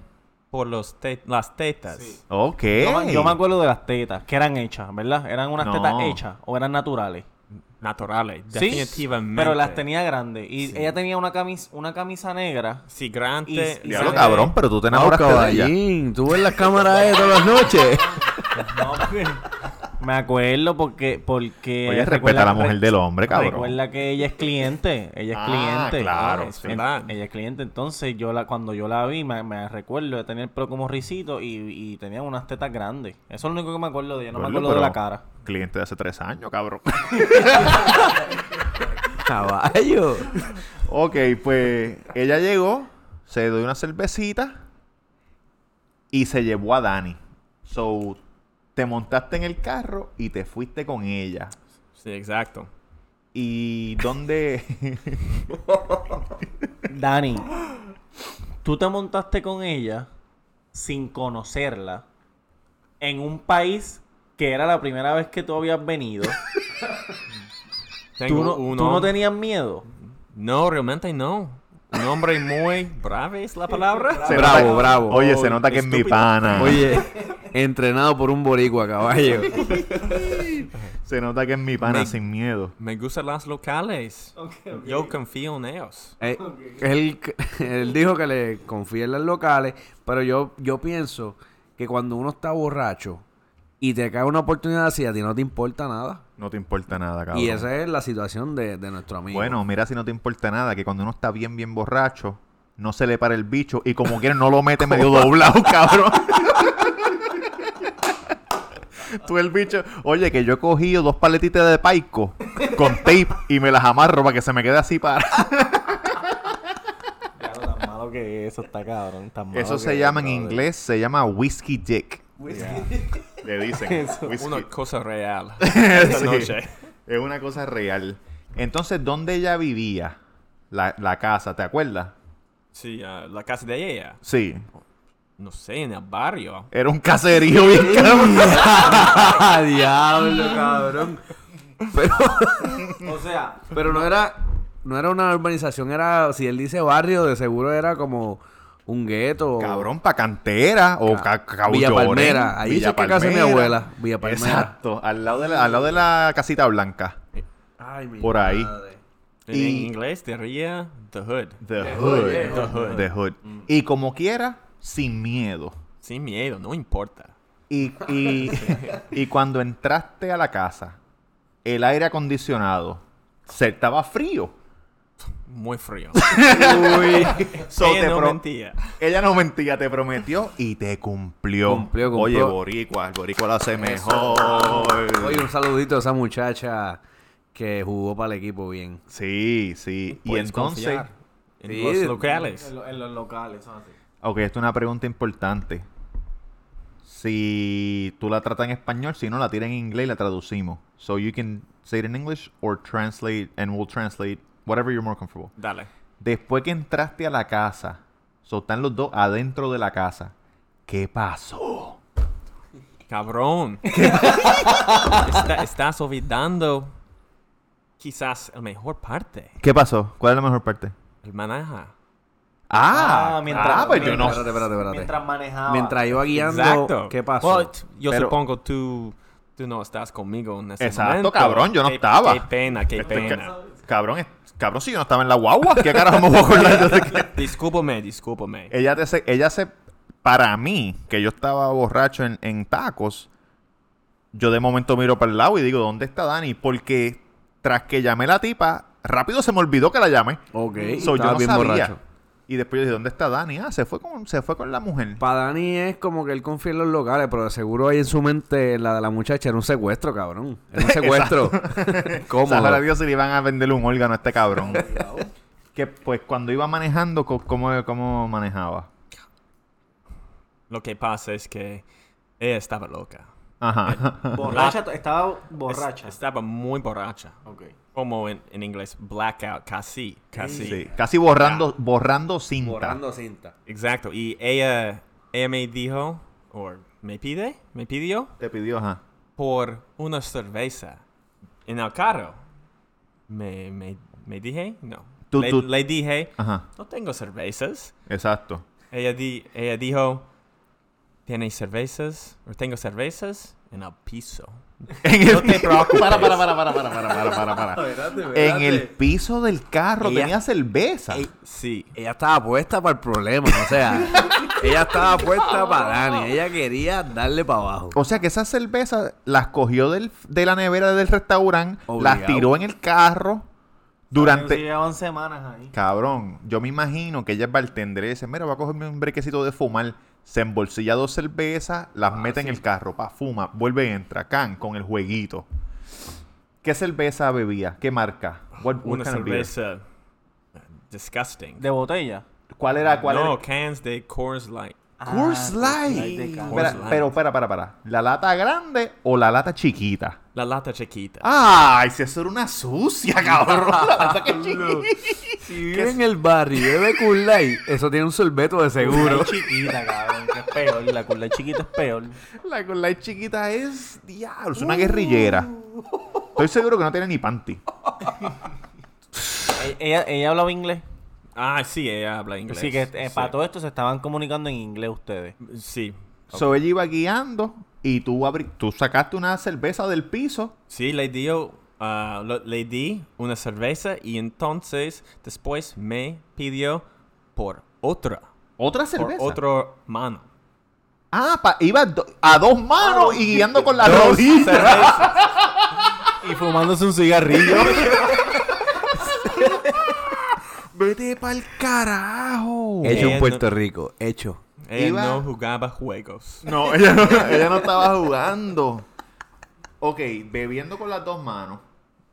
Speaker 4: por los te- las tetas.
Speaker 1: Ok.
Speaker 2: Yo, me- yo me acuerdo de las tetas, que eran hechas, ¿verdad? Eran unas
Speaker 1: No.
Speaker 2: tetas hechas o eran naturales.
Speaker 4: Naturales,
Speaker 2: Sí,
Speaker 4: definitivamente.
Speaker 2: Pero las tenía grandes. Y
Speaker 4: Sí.
Speaker 2: ella tenía una, camisa una camisa negra.
Speaker 4: Sí, grande.
Speaker 2: Y- y
Speaker 1: Diablo,
Speaker 2: se-
Speaker 1: cabrón, pero tú te
Speaker 3: No,
Speaker 1: enamoraste de ella.
Speaker 3: Ah, caballín. Tú ves las cámaras de todas las noches.
Speaker 2: Me acuerdo porque. porque
Speaker 1: Oye, respeta
Speaker 2: recuerda-
Speaker 1: a la mujer
Speaker 2: re-
Speaker 1: del hombre, cabrón.
Speaker 2: Recuerda que ella es cliente. Ella es
Speaker 1: Ah,
Speaker 2: cliente.
Speaker 1: claro,
Speaker 2: Es
Speaker 4: sí.
Speaker 2: verdad. Ella es cliente. Entonces, yo la, cuando yo la vi, me, me recuerdo de tener el pelo como ricito y, y tenía unas tetas grandes. Eso es lo único que me acuerdo de ella. No me
Speaker 1: Acuerdo,
Speaker 2: acuerdo de la
Speaker 1: pero
Speaker 2: cara.
Speaker 1: Cliente de hace tres años, cabrón.
Speaker 3: Caballo.
Speaker 1: Ok, pues ella llegó, se dio una cervecita y se llevó a Dani. So, te montaste en el carro y te fuiste con ella.
Speaker 4: Sí, exacto.
Speaker 1: ¿Y dónde?
Speaker 2: Dani, tú te montaste con ella sin conocerla en un país que era la primera vez que tú habías venido.
Speaker 4: Tengo
Speaker 2: ¿Tú no,
Speaker 4: un
Speaker 2: tú no
Speaker 4: hom-
Speaker 2: tenías miedo?
Speaker 4: No, realmente no. Un hombre muy bravo es la palabra.
Speaker 1: Se
Speaker 3: Bravo,
Speaker 1: nota-
Speaker 3: bravo.
Speaker 1: Oye, se nota que es mi
Speaker 4: Estúpido.
Speaker 1: pana.
Speaker 3: Oye, entrenado por un boricua, caballo.
Speaker 1: Se nota que es mi pana
Speaker 4: Me-
Speaker 1: sin miedo.
Speaker 4: Me gustan las locales. Yo confío en ellos.
Speaker 3: Eh, él, él dijo que le confía en las locales, pero yo, yo pienso que cuando uno está borracho y te cae una oportunidad así, a ti no te importa nada.
Speaker 1: No te importa nada, cabrón.
Speaker 3: Y esa es la situación de, de nuestro amigo.
Speaker 1: Bueno, mira si no te importa nada, que cuando uno está bien, bien borracho, no se le para el bicho y como quiera no lo mete medio doblado, cabrón. Tú el bicho, oye, que yo he cogido dos paletitas de paico con tape y me las amarro para que se me quede así para.
Speaker 2: Claro, tan malo que eso está cabrón. Tan malo
Speaker 1: Eso
Speaker 2: que
Speaker 1: se
Speaker 2: es,
Speaker 1: llama en
Speaker 2: brother.
Speaker 1: inglés, se llama whiskey dick. Le dicen. Whiskey.
Speaker 4: Una cosa real.
Speaker 1: Sí.
Speaker 4: Esta noche.
Speaker 1: Es una cosa real. Entonces, ¿dónde ella vivía? La, la casa, ¿te acuerdas?
Speaker 4: Sí, ah, la casa de ella.
Speaker 1: Sí.
Speaker 4: No sé, en el barrio.
Speaker 1: Era un caserío bien cabrón.
Speaker 3: diablo, cabrón. Pero,
Speaker 2: O sea,
Speaker 3: pero no era no era una urbanización, era si él dice barrio, de seguro era como un gueto.
Speaker 1: Cabrón, pa' cantera o ca Caullorén,
Speaker 3: Villa Palmera. Ahí
Speaker 1: Villa
Speaker 3: es que casa de mi
Speaker 1: Palmera.
Speaker 3: abuela, Villa Palmera.
Speaker 1: Exacto, al lado, de la, al lado de la casita blanca.
Speaker 3: Ay, mi
Speaker 1: Por ahí.
Speaker 3: madre.
Speaker 1: Y-
Speaker 4: En inglés diría The Hood.
Speaker 1: The Hood.
Speaker 4: The Hood.
Speaker 1: The Hood. Mm. Y como quiera, sin miedo.
Speaker 4: Sin miedo, no importa.
Speaker 1: Y, y, y cuando entraste a la casa, el aire acondicionado se estaba frío.
Speaker 4: Muy frío.
Speaker 1: Uy,
Speaker 4: ella no mentía.
Speaker 1: Ella no mentía, te prometió y te cumplió.
Speaker 3: Cumplió, cumplió.
Speaker 1: Oye, Boricua, el Boricua lo hace mejor.
Speaker 3: Oye, un saludito a esa muchacha que jugó para el equipo bien. Pues,
Speaker 1: Sí, sí. Y
Speaker 4: Puedes
Speaker 1: entonces,
Speaker 4: confiar En
Speaker 3: Sí.
Speaker 4: los locales.
Speaker 2: en, lo- en los locales, son así.
Speaker 1: ok, esto es una pregunta importante. Si tú la tratas en español, si no, la tiras en inglés y la traducimos. So you can say it in English or translate, and we'll translate whatever you're more comfortable.
Speaker 4: Dale.
Speaker 1: Después que entraste a la casa, so están los dos adentro de la casa. ¿Qué pasó?
Speaker 4: Cabrón. Está- estás olvidando quizás la mejor parte.
Speaker 1: ¿Qué pasó? ¿Cuál es la mejor parte?
Speaker 4: El manaja.
Speaker 1: Ah,
Speaker 2: Ah, mientras-
Speaker 1: ah, pues yo no.
Speaker 3: Espérate, espérate, espérate.
Speaker 2: Mientras manejaba.
Speaker 3: Ah, Mientras iba guiando, ¿qué pasó?
Speaker 4: Well, yo
Speaker 1: Pero-
Speaker 4: supongo tú, tú no estás conmigo en ese
Speaker 1: Exacto,
Speaker 4: momento.
Speaker 1: cabrón, yo no
Speaker 4: Qué-
Speaker 1: estaba.
Speaker 4: Qué pena, qué
Speaker 1: Este
Speaker 4: pena.
Speaker 1: ca- cabrón, es- cabrón, si yo no estaba en la guagua, ¿qué carajo me voy a acordar yo de que-
Speaker 4: Discúlpame, discúlpame.
Speaker 1: Ella, te se, ella se. Para mí, que yo estaba borracho en, en tacos, yo de momento miro para el lado y digo, ¿dónde está Dani? Porque tras que llamé la tipa, rápido se me olvidó que la llamé.
Speaker 3: Ok,
Speaker 1: Mm. So, yo
Speaker 3: estaba
Speaker 1: no
Speaker 3: bien
Speaker 1: sabía.
Speaker 3: borracho.
Speaker 1: Y después yo dije, ¿dónde está Dani? Ah, se fue con, se fue con la mujer.
Speaker 3: Para Dani es como que él confía en los locales, pero de seguro ahí en su mente la de la muchacha era un secuestro, cabrón. Era un secuestro. ¿Cómo?
Speaker 1: Sabrá Dios si le iban a venderle un órgano a este cabrón. que pues cuando iba manejando, co- ¿cómo, cómo manejaba?
Speaker 4: Lo que pasa es que ella estaba loca.
Speaker 1: Ajá.
Speaker 2: Borracha,
Speaker 1: Ah.
Speaker 2: estaba borracha.
Speaker 4: Es- estaba muy borracha.
Speaker 2: Ok.
Speaker 4: Como en, en inglés, blackout, casi, casi.
Speaker 1: Sí, Casi borrando, borrando cinta.
Speaker 3: Borrando cinta.
Speaker 4: Exacto. Y ella, ella me dijo, o me pide, me pidió
Speaker 1: Te pidió, ajá.
Speaker 4: por una cerveza en el carro. Me, me, me dije, no.
Speaker 1: Tú-
Speaker 4: le,
Speaker 1: tú- Ah.
Speaker 4: le dije,
Speaker 1: Ajá.
Speaker 4: no tengo cervezas.
Speaker 1: Exacto.
Speaker 4: Ella, di, ella dijo, ¿tienes cervezas? ¿O tengo cervezas? En el piso.
Speaker 1: no te preocupes. Para, para, para, para, para, para, para, para, para. En el piso del carro
Speaker 3: Ella-
Speaker 1: tenía cerveza.
Speaker 4: Sí.
Speaker 3: Ella estaba puesta para el problema, o sea, ella estaba puesta para Dani. Ella quería darle para abajo.
Speaker 1: O sea que esas cervezas las cogió del- de la nevera del restaurante,
Speaker 3: Obligado.
Speaker 1: las tiró en el carro durante...
Speaker 2: Llevaban semanas ahí.
Speaker 1: Cabrón, yo me imagino que ella es bartender y dice, mira, va a cogerme un brequecito de fumar. Se embolsilla dos cervezas, las mete en el carro, pa, fuma, vuelve y entra, can, con el jueguito. ¿Qué cerveza bebía? ¿Qué marca? What- what
Speaker 4: Una
Speaker 1: kind of beer?
Speaker 4: cerveza. uh, Disgusting.
Speaker 2: De botella.
Speaker 1: ¿Cuál era? ¿Cuál
Speaker 4: no,
Speaker 1: era?
Speaker 4: cans de Coors Light.
Speaker 2: Ah,
Speaker 1: Ah, Coors Light. Espera,
Speaker 4: Light.
Speaker 1: pero, espera, para, para. ¿La lata grande o la lata chiquita?
Speaker 4: La lata chiquita.
Speaker 1: Ah. ¡Ay, si eso era una sucia, cabrón! La lata que es chiquita.
Speaker 3: Si vive en el barrio y bebe Cool Light, eso tiene un sorbeto de seguro.
Speaker 2: chiquita, cabrón, que es peor. La cola chiquita es peor.
Speaker 1: La con la chiquita es... Diablo, es una guerrillera. Uh. Estoy seguro que no tiene ni panty.
Speaker 2: E- Ella, ella hablaba inglés.
Speaker 4: Ah, sí, ella habla
Speaker 1: Pues
Speaker 4: inglés.
Speaker 2: Así que eh,
Speaker 4: Sí.
Speaker 2: para todo esto se estaban comunicando en inglés ustedes.
Speaker 4: Sí.
Speaker 1: So, ella iba guiando y tú, abri- tú sacaste una cerveza del piso.
Speaker 4: Sí, le dio, ah, lo- le di una cerveza y entonces después me pidió por otra.
Speaker 1: ¿Otra
Speaker 4: Por
Speaker 1: cerveza?
Speaker 4: otro mano.
Speaker 1: Ah, pa- iba do- a dos manos y guiando con la
Speaker 4: Dos
Speaker 1: rodilla.
Speaker 4: cervezas.
Speaker 2: Y fumándose un cigarrillo.
Speaker 1: ¡Vete pa'l carajo!
Speaker 4: Ella no-
Speaker 3: Rico, hecho.
Speaker 4: Ella
Speaker 1: Iba-
Speaker 4: no jugaba juegos.
Speaker 1: No, ella no, ella no estaba jugando. Ok, bebiendo con las dos manos,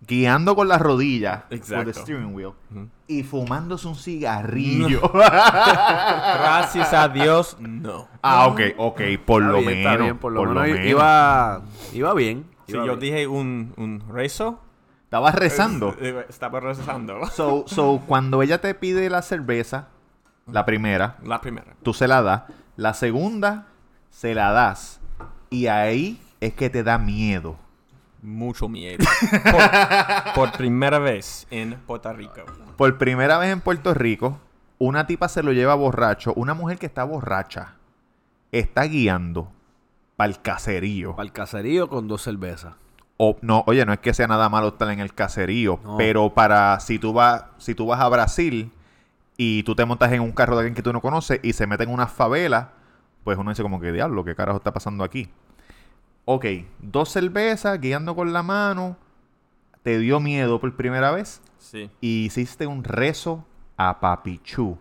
Speaker 1: guiando con las rodillas,
Speaker 4: Exacto.
Speaker 1: con el steering wheel,
Speaker 4: Ujú.
Speaker 1: y fumándose un cigarrillo.
Speaker 4: Gracias a Dios, no.
Speaker 1: ah, ok, ok, por lo menos.
Speaker 3: por lo
Speaker 1: lo
Speaker 3: menos,
Speaker 1: menos.
Speaker 3: Iba, iba bien.
Speaker 4: Si
Speaker 3: iba
Speaker 4: yo
Speaker 3: bien.
Speaker 4: dije un, un rezo,
Speaker 1: Estaba rezando.
Speaker 4: eh, estaba rezando.
Speaker 1: So, so, cuando ella te pide la cerveza, la primera,
Speaker 4: La primera.
Speaker 1: tú se la das. La segunda, se la das. Y ahí es que te da miedo.
Speaker 4: Mucho miedo. Por, por primera vez en Puerto Rico.
Speaker 1: Por primera vez en Puerto Rico, una tipa se lo lleva borracho. Una mujer que está borracha está guiando para el caserío.
Speaker 3: Para el caserío con dos cervezas.
Speaker 1: O- no, oye, no es que sea nada malo estar en el caserío,
Speaker 3: No.
Speaker 1: pero para si tú vas si tú vas a Brasil y tú te montas en un carro de alguien que tú no conoces y se mete en una favela, pues uno dice como que diablo, qué carajo está pasando aquí. Ok, dos cervezas guiando con la mano, te dio miedo por primera vez
Speaker 4: Sí.
Speaker 1: y hiciste un rezo a Papichú.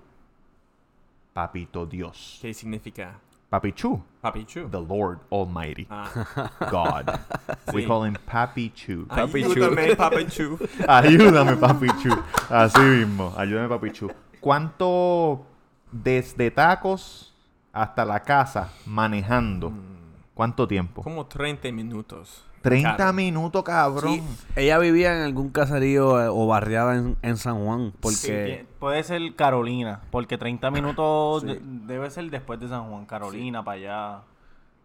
Speaker 1: Papito Dios.
Speaker 4: ¿Qué significa?
Speaker 1: Papichú,
Speaker 4: Papichu.
Speaker 1: the Lord Almighty
Speaker 4: Ah,
Speaker 1: God. We
Speaker 4: Sí.
Speaker 1: call him Papichú.
Speaker 4: ah,
Speaker 3: Papichu.
Speaker 4: Ayúdame, Papichu.
Speaker 1: Ayúdame, papichu. Así mismo. Ayúdame, papichu. ¿Cuánto desde tacos hasta la casa manejando? ¿Cuánto tiempo?
Speaker 4: Como 30 minutos.
Speaker 1: 30
Speaker 4: Claro.
Speaker 1: minutos, cabrón.
Speaker 3: Ella vivía en algún caserío eh, o barriada en, en San Juan. Porque.
Speaker 2: Puede ser Carolina, porque 30 minutos de- debe ser después de San Juan. Carolina, para allá.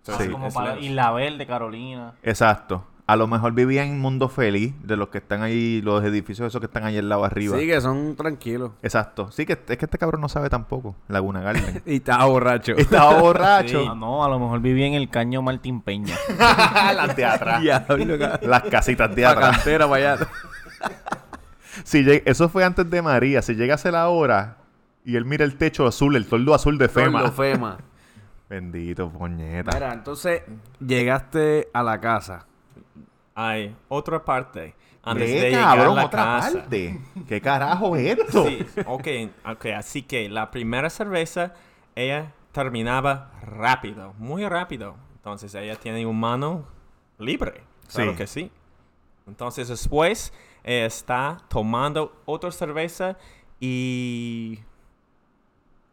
Speaker 4: Sí,
Speaker 2: Así como
Speaker 4: es
Speaker 2: para
Speaker 4: lejos.
Speaker 2: Isla Verde, Carolina.
Speaker 1: Exacto. A lo mejor vivía en Mundo Feliz, de los que están ahí, los edificios esos que están ahí al lado
Speaker 3: Sí,
Speaker 1: arriba.
Speaker 3: que son tranquilos.
Speaker 1: Exacto. Sí, que es que este cabrón no sabe tampoco. Laguna Garden.
Speaker 3: Y estaba borracho.
Speaker 1: Estaba borracho.
Speaker 2: Ah, no, a lo mejor vivía en el caño Martín Peña.
Speaker 1: Las de atrás.
Speaker 3: Diablo, cabrón.
Speaker 1: Las casitas de
Speaker 3: Pa'
Speaker 1: atrás.
Speaker 3: cantera, para allá.
Speaker 1: Si lleg- eso fue antes de María. Si llegase la hora y él mira el techo azul, el toldo azul de Fema.
Speaker 3: Torlo, Fema.
Speaker 1: Bendito, puñeta.
Speaker 3: Mira, entonces llegaste a la casa.
Speaker 4: Hay otra parte. Antes
Speaker 1: ¿Qué,
Speaker 4: de llegar
Speaker 1: cabrón?
Speaker 4: a la
Speaker 1: ¿Otra
Speaker 4: casa.
Speaker 1: parte? ¿Qué carajo es esto?
Speaker 4: Sí, ok, ok. Así que la primera cerveza, ella terminaba rápido, muy rápido. Entonces ella tiene un mano libre. Claro
Speaker 1: Sí.
Speaker 4: que sí. Entonces después ella está tomando otra cerveza y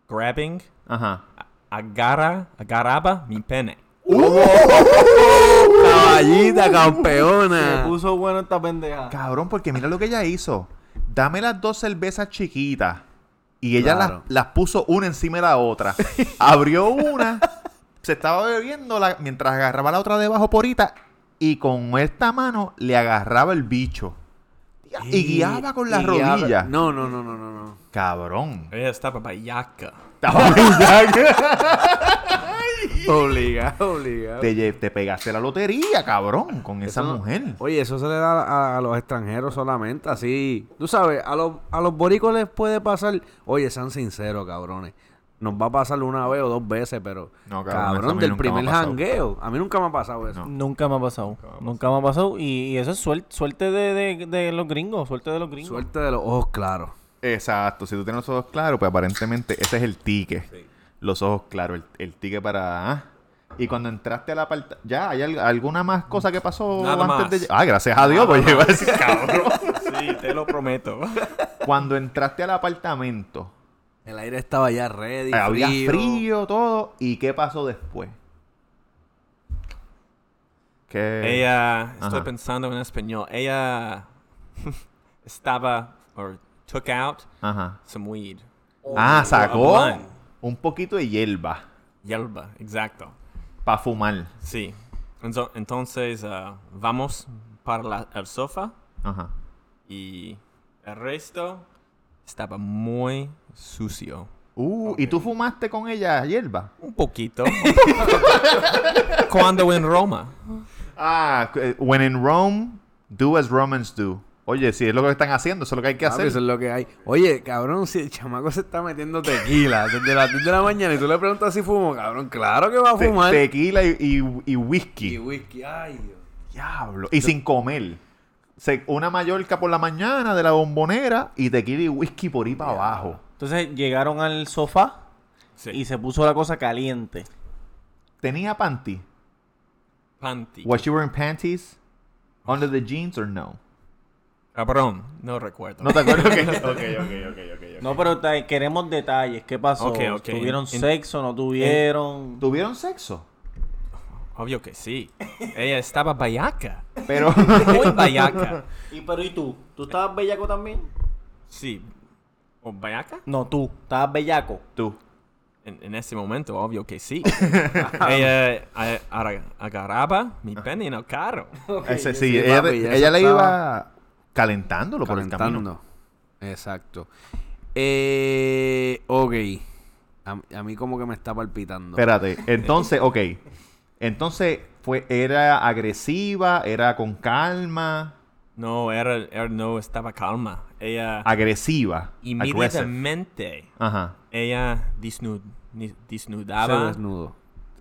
Speaker 4: grabbing,
Speaker 1: Ajá.
Speaker 4: agarra, agarraba mi pene.
Speaker 3: Caballita,
Speaker 2: Se
Speaker 3: campeona.
Speaker 2: puso bueno esta pendeja.
Speaker 1: Cabrón, porque mira lo que ella hizo. Dame las dos cervezas chiquitas. Y ella las-
Speaker 3: Claro.
Speaker 1: las, puso una encima de la otra. Abrió una, se estaba bebiendo la- mientras agarraba la otra debajo porita. Y con esta mano le agarraba el bicho. Y, guiaba con las
Speaker 3: y guiaba-
Speaker 1: rodillas.
Speaker 3: No, Eh. no, no, no, no, no.
Speaker 1: Cabrón.
Speaker 4: Ella estaba bayaca.
Speaker 1: Estaba brillando.
Speaker 3: Obligado, obligado.
Speaker 1: te, lle- te pegaste la lotería, cabrón, con esa
Speaker 3: Eso no-
Speaker 1: mujer.
Speaker 3: Oye, eso se le da a, a los extranjeros solamente, así. Tú sabes, a los, a los boricos les puede pasar. Oye, sean sinceros, cabrones. Nos va a pasar una vez o dos veces, pero.
Speaker 1: No, cabrón,
Speaker 3: cabrón,
Speaker 1: eso a mí
Speaker 3: del
Speaker 1: nunca
Speaker 3: primer
Speaker 1: me ha pasado.
Speaker 3: jangueo. A mí nunca me ha pasado eso.
Speaker 1: No.
Speaker 2: Nunca me ha pasado. Nunca me ha pasado. Y, y eso es suel- suerte de, de- de los gringos. Suerte de los gringos.
Speaker 3: Suerte de los ojos claros.
Speaker 1: Exacto, si tú tienes los ojos claros, pues aparentemente ese es el ticket. Los ojos claros, el, el ticket para... ah. Y cuando entraste a la parte... ¿Ya hay al- alguna más cosa que pasó
Speaker 4: Nada
Speaker 1: antes de...
Speaker 4: más.
Speaker 1: lle- Ah, gracias a Dios,
Speaker 4: Nada
Speaker 1: pues yo iba a decir, cabrón.
Speaker 4: Sí, te lo prometo.
Speaker 1: cuando entraste al apartamento,
Speaker 3: El aire estaba ya ready.
Speaker 1: Eh, Había frío, todo. ¿Y qué pasó después? Que
Speaker 4: Ella, estoy
Speaker 1: Ajá.
Speaker 4: pensando en español, ella estaba, or took out
Speaker 1: Ajá.
Speaker 4: some weed.
Speaker 1: Ah, sacó
Speaker 4: a blunt.
Speaker 1: un poquito de hierba
Speaker 4: Hierba, exacto.
Speaker 1: para fumar.
Speaker 4: Sí. Enzo- Entonces, ah, vamos para la- el sofá
Speaker 1: Ajá.
Speaker 4: y el resto estaba muy sucio.
Speaker 1: Uh, ¿y tú fumaste con ella hierba?
Speaker 4: Un poquito. Cuando en Roma.
Speaker 1: Ah, eh, when in Rome, do as Romans do. Oye, si es lo que están haciendo, eso es lo que hay que
Speaker 3: Papi,
Speaker 1: hacer.
Speaker 3: Eso es Ah, pues, lo que hay. Oye, cabrón, si el chamaco se está metiendo tequila desde las 10 de la mañana y tú le preguntas si fumo, cabrón, claro que va a
Speaker 1: Te-
Speaker 3: fumar.
Speaker 1: tequila y, y- y whisky.
Speaker 3: Y whisky, ay, Dios.
Speaker 1: Diablo. Y sin comer. Se- una mallorca por la mañana de la bombonera y tequila y whisky por ahí para abajo.
Speaker 2: Entonces llegaron al sofá
Speaker 4: Sí.
Speaker 2: y se puso la cosa caliente.
Speaker 1: ¿Tenía panty?
Speaker 4: Panty.
Speaker 1: ¿Was she wearing panties? ¿Under the jeans or no?
Speaker 4: Cabrón, no recuerdo.
Speaker 1: No te acuerdas que...
Speaker 2: No, pero ta- queremos detalles. ¿Qué pasó?
Speaker 4: Ok, ok.
Speaker 2: ¿Tuvieron
Speaker 4: En-
Speaker 2: sexo? ¿No tuvieron?
Speaker 1: ¿Tuvieron sexo?
Speaker 4: Obvio que sí. Ella estaba bayaca.
Speaker 1: Pero...
Speaker 4: Muy bayaca.
Speaker 2: ¿Y pero y tú? ¿Tú estabas bellaco también?
Speaker 4: Sí. ¿O bayaca?
Speaker 2: No, tú. ¿Estabas bellaco?
Speaker 1: Tú.
Speaker 4: En, en ese momento, obvio que sí. ella a- ara- agarraba mi pene en el carro.
Speaker 1: Ese-
Speaker 3: yo
Speaker 1: sí,
Speaker 3: sí,
Speaker 1: ella,
Speaker 3: papi, ya
Speaker 1: ella
Speaker 3: eso
Speaker 1: le iba
Speaker 3: estaba-
Speaker 1: calentándolo por el camino.
Speaker 3: Calentando. Exacto. Eh, ok. A, m- a mí como que me está palpitando.
Speaker 1: Espérate, entonces, ok. Entonces, fue, era agresiva, era con calma,
Speaker 4: No, era, era- no estaba calma. Ella
Speaker 1: agresiva. aggressive.
Speaker 4: inmediatamente,
Speaker 1: Ajá.
Speaker 4: ella disnud- ni-
Speaker 3: Se
Speaker 4: disnudaba
Speaker 3: desnudo.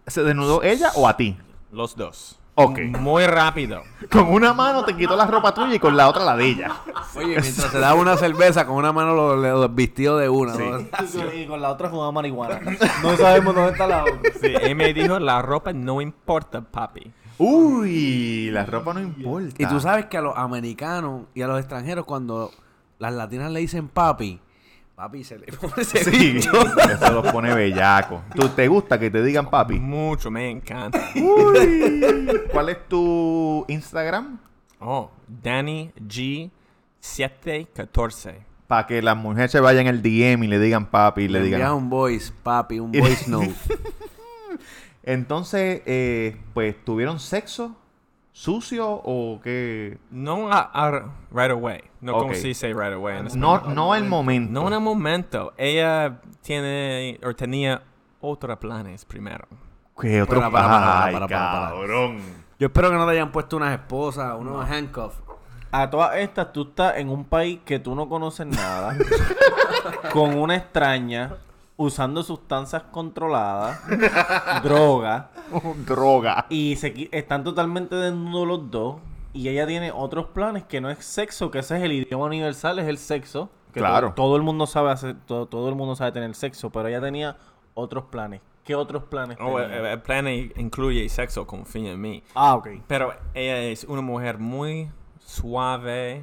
Speaker 1: ¿Se desnudó ella o a ti?
Speaker 4: los dos.
Speaker 1: Ok.
Speaker 4: Muy rápido.
Speaker 1: Con una mano te quitó la ropa tuya y con la otra la de ella.
Speaker 3: Oye, mientras se daba una cerveza, con una mano lo, le- lo vistió de una.
Speaker 1: Sí.
Speaker 2: Y con, y con la otra jugaba marihuana. No sabemos dónde está la otra.
Speaker 4: Sí, ella me dijo, la ropa no importa, papi.
Speaker 1: Uy, la ropa no importa.
Speaker 3: Y tú sabes que a los americanos y a los extranjeros, cuando las latinas le dicen papi, papi se le pone ese
Speaker 1: Sí,
Speaker 3: bicho.
Speaker 1: eso los pone bellaco. ¿Tú te gusta que te digan papi?
Speaker 4: Mucho, me encanta.
Speaker 1: Uy. ¿Cuál es tu Instagram?
Speaker 4: Oh, Danny G714.
Speaker 1: Para que las mujeres se vayan al DM y le digan papi y le
Speaker 3: Le envías
Speaker 1: digan.
Speaker 3: un voice, papi, un
Speaker 1: Y-
Speaker 3: voice no.
Speaker 1: Entonces, eh, pues, ¿tuvieron sexo? ¿Sucio o qué?
Speaker 4: No a- a- right away. No como
Speaker 1: Ok. Ah.
Speaker 4: se dice right away. en
Speaker 1: No,
Speaker 4: español.
Speaker 1: no el momento.
Speaker 4: No en el momento. Ella tiene o tenía otros planes primero.
Speaker 1: ¿Qué otro?
Speaker 3: Para, para, para,
Speaker 1: Ay,
Speaker 3: para, para, para.
Speaker 1: cabrón.
Speaker 3: Yo espero que no te hayan puesto unas esposas, unos handcuffs.
Speaker 2: A todas estas, tú estás en un país que tú no conoces nada, con una extraña, usando sustancias controladas, droga,
Speaker 1: Droga.
Speaker 2: y se, qui- están totalmente desnudos los dos. Y ella tiene otros planes que no es sexo, que ese es el idioma universal, es el sexo. Que to-
Speaker 1: Claro.
Speaker 2: Todo, el mundo sabe hacer, todo, todo el mundo sabe tener sexo, pero ella tenía otros planes. ¿Qué otros planes?
Speaker 4: Oh,
Speaker 2: tenía?
Speaker 3: eh,
Speaker 4: el, el plan i- incluye sexo, confía en mí.
Speaker 2: ah, ok.
Speaker 4: Pero ella es una mujer muy suave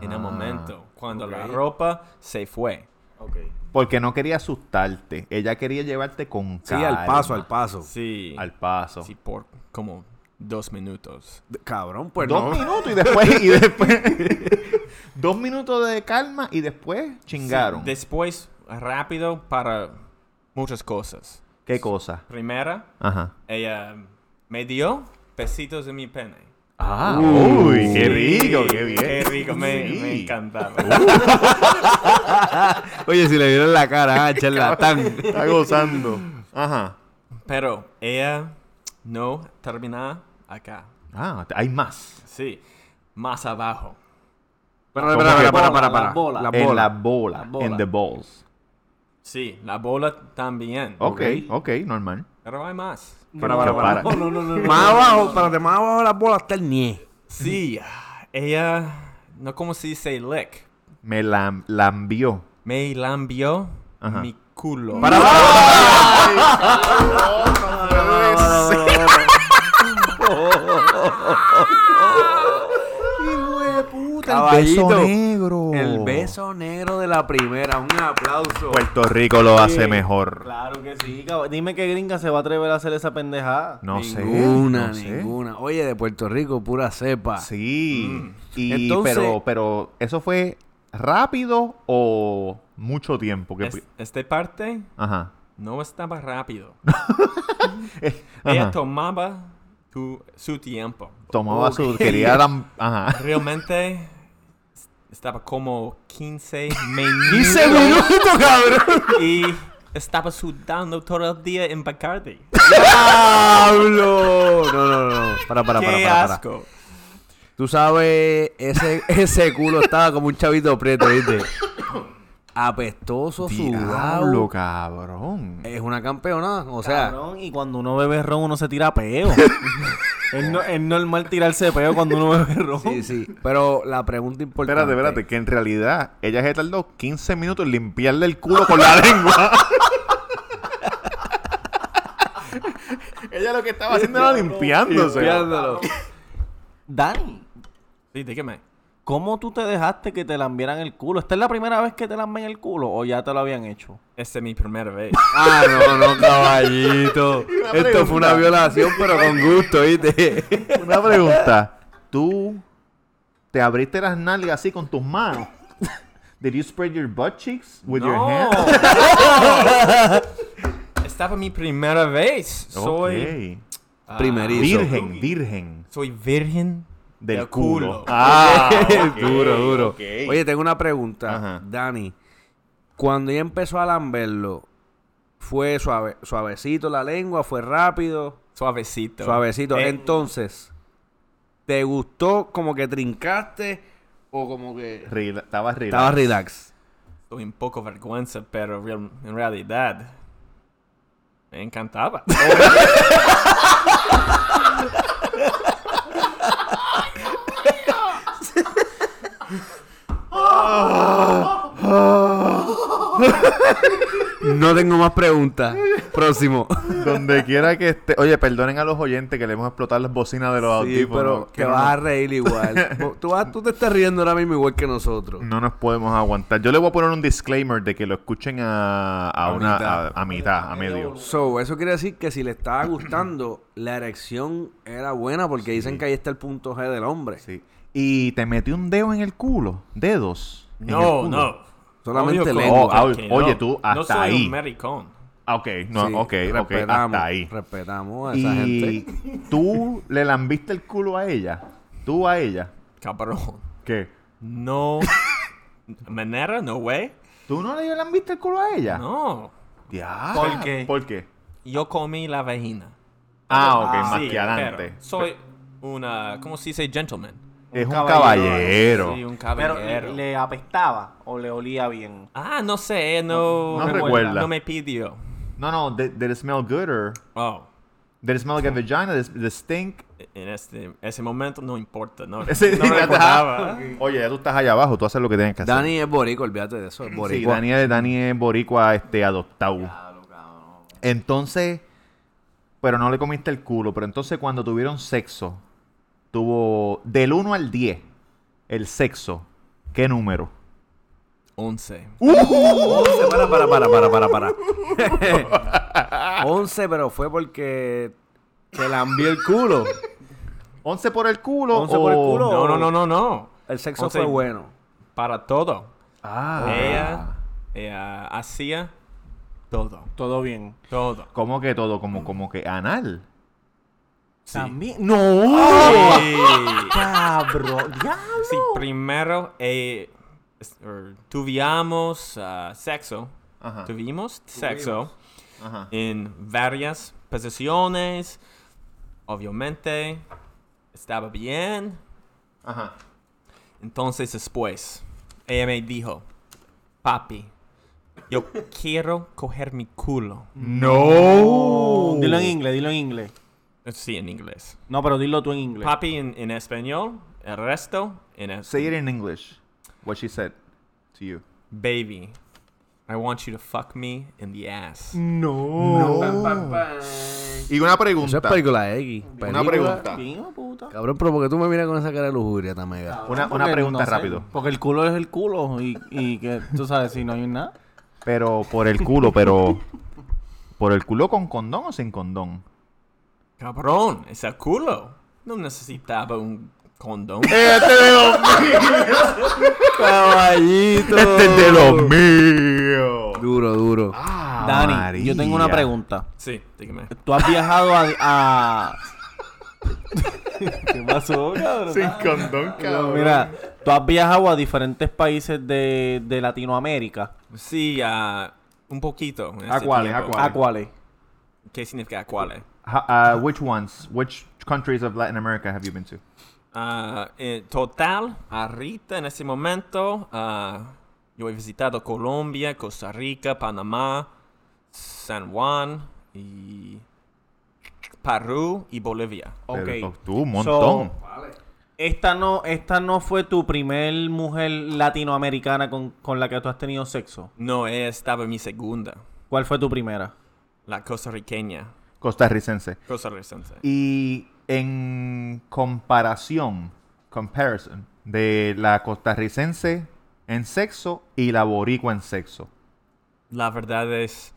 Speaker 4: en
Speaker 1: Ah,
Speaker 4: el momento. Cuando la
Speaker 3: ok.
Speaker 4: ropa se fue.
Speaker 2: Ok.
Speaker 1: Porque no quería asustarte. Ella quería llevarte con
Speaker 3: Sí,
Speaker 1: calma.
Speaker 3: al paso, al paso.
Speaker 4: Sí.
Speaker 1: Al paso.
Speaker 4: Sí, por como dos minutos.
Speaker 3: D- Cabrón, pues
Speaker 1: dos
Speaker 3: no.
Speaker 1: minutos y después... y después dos minutos de calma y después chingaron.
Speaker 4: Sí, después, rápido para muchas cosas.
Speaker 1: ¿Qué cosa?
Speaker 4: Primera,
Speaker 1: Ajá.
Speaker 4: ella me dio besitos en mi pene.
Speaker 1: Ah,
Speaker 3: Uy.
Speaker 1: uy, qué rico,
Speaker 4: Sí,
Speaker 1: qué bien.
Speaker 4: Qué rico, me,
Speaker 1: Sí. Uh.
Speaker 4: me encantaba.
Speaker 3: Oye, si le vieron la cara, ah, charlatán.
Speaker 1: Está gozando. Ajá.
Speaker 4: Pero ella no termina acá.
Speaker 1: Ah, hay más.
Speaker 4: Sí, más abajo.
Speaker 3: Pero,
Speaker 1: ¿Cómo que?
Speaker 3: para, para, para,
Speaker 2: Las
Speaker 3: para.
Speaker 2: bolas.
Speaker 3: Las
Speaker 1: en
Speaker 3: bolas.
Speaker 1: la bola.
Speaker 2: La bola.
Speaker 1: En the balls.
Speaker 4: Sí, la bola también.
Speaker 1: Ok, ok, normal.
Speaker 4: Pero hay más.
Speaker 3: Para, para, para.
Speaker 1: Para.
Speaker 2: no, no, no.
Speaker 3: Más abajo, espérate, más abajo de las bolas está el nie.
Speaker 4: Sí, ella, no como se dice lick,
Speaker 1: Me la, lambió.
Speaker 4: me lambió
Speaker 1: Ajá.
Speaker 4: mi culo.
Speaker 3: Para, para,
Speaker 2: Hijo de puta,
Speaker 3: caballito.
Speaker 1: beso negro.
Speaker 3: El beso negro de la primera. Un aplauso.
Speaker 1: Puerto Rico lo hace
Speaker 2: Oye,
Speaker 1: mejor.
Speaker 2: Claro que sí, cabrón. Dime que gringa se va a atrever a hacer esa pendejada.
Speaker 1: No sé.
Speaker 3: ninguna,
Speaker 1: no sé.
Speaker 3: ninguna. Oye, de Puerto Rico, pura cepa.
Speaker 1: Sí. Y,
Speaker 3: Ah. Mm. Entonces-
Speaker 1: pero, pero, ¿eso fue rápido o mucho tiempo? Que...
Speaker 4: Es- este parte
Speaker 1: Ajá.
Speaker 4: no estaba rápido.
Speaker 1: Ajá.
Speaker 4: Ella tomaba tu- su tiempo.
Speaker 1: Tomaba su...
Speaker 3: Ok.
Speaker 1: Quería... dam- Ajá.
Speaker 4: Realmente s- estaba como 15 minutos.
Speaker 1: minutos, cabrón!
Speaker 4: Y estaba sudando todo el día en Bacardi.
Speaker 3: ¡Diablo! No, no, no. Para, para, para,
Speaker 4: ¡Qué
Speaker 3: para, para.
Speaker 4: asco!
Speaker 3: Tú sabes, ese, ese culo estaba como un chavito prieto, ¿viste? Apestoso,
Speaker 1: Diablo,
Speaker 3: sudado.
Speaker 1: cabrón.
Speaker 3: Es una campeona, o sea.
Speaker 2: Cabrón, y cuando uno bebe ron, uno se tira peo. es, no- es normal tirarse peo cuando uno bebe ron.
Speaker 3: Sí, sí. Pero la pregunta importante.
Speaker 1: Espérate, espérate, que en realidad ella se tardó 15 minutos en limpiarle el culo con la lengua. ella lo que estaba haciendo era limpiándose.
Speaker 3: Limpiándolo.
Speaker 2: Dani,
Speaker 4: Sí, dígame.
Speaker 2: ¿cómo tú te dejaste que te lambieran el culo? ¿Esta es la primera vez que te lamben el culo o ya te lo habían hecho?
Speaker 4: Esta este es mi primera vez.
Speaker 3: Ah, no, no, caballito.
Speaker 1: una
Speaker 3: Esto fue
Speaker 1: pregunta.
Speaker 3: una violación, pero con gusto, ¿viste?
Speaker 1: Una pregunta. ¿Tú te abriste las nalgas así con tus manos? Did you spread your butt cheeks
Speaker 4: Ah,
Speaker 1: with your hands?
Speaker 4: Estaba mi primera vez. Soy
Speaker 1: Ok.
Speaker 4: ah,
Speaker 3: Primerizo.
Speaker 1: virgen, virgen
Speaker 4: Soy virgen
Speaker 1: del
Speaker 4: Del
Speaker 1: culo.
Speaker 4: culo.
Speaker 1: Ah, ok,
Speaker 3: duro, duro.
Speaker 1: ok.
Speaker 3: Oye, tengo una pregunta,
Speaker 1: Ajá.
Speaker 3: Dani. Cuando ella empezó a lamberlo, ¿fue suave, suavecito la lengua? ¿Fue rápido?
Speaker 4: suavecito.
Speaker 3: Suavecito.
Speaker 4: Eh,
Speaker 3: Entonces, ¿te gustó como que trincaste o como que
Speaker 1: Rela- estaba relax.
Speaker 3: estabas relax?
Speaker 4: Soy un poco vergüenza, pero real- en realidad me encantaba.
Speaker 3: No tengo más preguntas. Próximo.
Speaker 1: Donde quiera que esté. Oye, perdonen a los oyentes que le hemos explotado las bocinas de los
Speaker 3: Sí,
Speaker 1: audífonos.
Speaker 3: pero
Speaker 1: Que
Speaker 3: te
Speaker 1: no
Speaker 3: vas
Speaker 1: nos-
Speaker 3: a reír igual. Vos- tú, vas- tú te estás riendo ahora mismo igual que nosotros.
Speaker 1: No nos podemos aguantar. Yo le voy a poner un disclaimer de que lo escuchen a, a
Speaker 3: A
Speaker 1: una
Speaker 3: mitad.
Speaker 1: A, a mitad, a medio.
Speaker 3: So, eso quiere decir que si le estaba gustando, la erección era buena porque dicen que ahí está el punto G del hombre.
Speaker 1: Sí. Y te metí un dedo en el culo. Dedos. en el
Speaker 4: No,
Speaker 1: culo.
Speaker 4: no.
Speaker 3: Solamente
Speaker 4: Obvio que-
Speaker 3: lengua.
Speaker 1: Oh,
Speaker 4: que
Speaker 1: oye, tú,
Speaker 4: no
Speaker 1: hasta
Speaker 4: soy
Speaker 1: ahí.
Speaker 4: un maricón.
Speaker 1: Ah, ok, no,
Speaker 3: Sí,
Speaker 1: ok, ok, hasta ahí.
Speaker 3: Respetamos a esa
Speaker 1: Y
Speaker 3: gente.
Speaker 1: tú le lambiste el culo a ella. Tú a ella.
Speaker 4: Cabrón.
Speaker 1: ¿Qué?
Speaker 4: No. Manera, no way.
Speaker 1: ¿Tú no le lambiste el culo a ella?
Speaker 4: No.
Speaker 1: Ya.
Speaker 4: ¿Por qué?
Speaker 1: ¿Por qué?
Speaker 4: Yo comí la vagina.
Speaker 1: Ah, ok, más
Speaker 4: Sí,
Speaker 1: que adelante.
Speaker 4: pero Soy una. ¿Cómo se dice gentleman?
Speaker 1: Es un
Speaker 2: Un
Speaker 1: caballero.
Speaker 2: caballero.
Speaker 4: Sí, un
Speaker 2: Pero
Speaker 4: caballero.
Speaker 2: le, le apestaba o le olía bien.
Speaker 4: Ah, no sé, eh, no.
Speaker 1: No recuerda.
Speaker 4: No me pidió.
Speaker 1: No, no, did, did it smell good or...
Speaker 4: Oh.
Speaker 1: Did it smell like a vagina? Did it- did it stink?
Speaker 4: En este, ese momento no importa, no,
Speaker 1: Ese-
Speaker 4: no recordaba.
Speaker 1: Oye, ya tú estás allá abajo, tú haces lo que tienes que hacer.
Speaker 3: Dani es boricua, olvídate de eso. Es
Speaker 1: Sí,
Speaker 3: boricua.
Speaker 1: Dani, es- Dani es boricua este, adoptado. Entonces, pero no le comiste el culo, pero entonces cuando tuvieron sexo, tuvo del 1 al 10 el sexo. ¿Qué número?
Speaker 4: 11.
Speaker 1: Uh.
Speaker 3: 11, para, para, para, para, para, para. 11, pero fue porque te lambió el culo.
Speaker 1: 11 por el culo.
Speaker 3: 11 por el
Speaker 1: o-
Speaker 3: culo.
Speaker 4: No, no, no, no, no.
Speaker 3: El sexo
Speaker 4: 11.
Speaker 3: fue bueno.
Speaker 4: Para todo.
Speaker 1: Ah.
Speaker 4: Ella, ella hacía todo.
Speaker 2: Todo bien.
Speaker 4: Todo.
Speaker 1: ¿Cómo que todo? Como, como que anal.
Speaker 4: Sí.
Speaker 2: También. ¡No!
Speaker 1: Oh.
Speaker 4: Sí.
Speaker 2: ¡Cabrón! ¡Diablo!
Speaker 4: Sí, primero eh, es- er, tuvimos ah, sexo.
Speaker 1: Ajá.
Speaker 4: Tuvimos sexo
Speaker 1: Ajá.
Speaker 4: en varias posiciones. Obviamente estaba bien.
Speaker 1: Ajá.
Speaker 4: Entonces después, ella me dijo, papi, yo quiero coger mi culo.
Speaker 1: No.
Speaker 2: Oh, Dilo en inglés, dilo en inglés.
Speaker 4: Sí, en inglés.
Speaker 2: No, pero dilo tú en inglés.
Speaker 4: Papi en, en español, el resto en es-
Speaker 1: Say it in English. What she said to you.
Speaker 4: baby. I want you to fuck me in the ass.
Speaker 1: No. Y una
Speaker 3: Eso es
Speaker 1: pregunta.
Speaker 3: película X.
Speaker 1: Una pregunta.
Speaker 3: Cabrón, pero ¿por qué tú me miras con esa cara de lujuria, Tamega?
Speaker 1: Una, una
Speaker 2: Porque
Speaker 1: pregunta
Speaker 2: no sé,
Speaker 1: rápido.
Speaker 2: Porque el culo es el culo y, y que tú sabes, si no hay nada.
Speaker 1: Pero por el culo, pero. ¿Por el culo con condón o sin condón?
Speaker 4: Cabrón, ese culo. No necesitaba un condón.
Speaker 1: ¡Este de los
Speaker 2: Caballito.
Speaker 1: Este míos!
Speaker 3: Duro, duro.
Speaker 1: Ah,
Speaker 2: Dani, yo tengo una pregunta.
Speaker 4: Sí, dígame.
Speaker 2: ¿Tú has viajado a... a- ¿Qué pasó, cabrón?
Speaker 1: condón,
Speaker 2: Mira, tú has viajado a diferentes países de, de Latinoamérica.
Speaker 4: Sí, ah, un poquito. en
Speaker 1: ¿A
Speaker 4: este
Speaker 1: cuáles, a
Speaker 4: tiempo.
Speaker 1: Vale.
Speaker 2: ¿A cuáles?
Speaker 4: ¿Qué significa a cuáles?
Speaker 1: Ha- uh, which ones? Which countries of Latin America have you been to?
Speaker 4: Ah, en total, ahorita en este momento, ah, yo he visitado Colombia, Costa Rica, Panamá, San Juan y Perú y Bolivia.
Speaker 1: Pero,
Speaker 2: Ok.
Speaker 1: oh, tú, un montón.
Speaker 2: Esta no, esta no fue tu primer mujer latinoamericana con, con la que tú has tenido sexo.
Speaker 4: No, ella estaba mi segunda,
Speaker 2: ¿Cuál fue tu primera?
Speaker 4: la costarriqueña,
Speaker 1: Costarricense.
Speaker 4: costarricense.
Speaker 1: Y en comparación, comparison, de la costarricense en sexo y la boricua en sexo.
Speaker 4: La verdad es,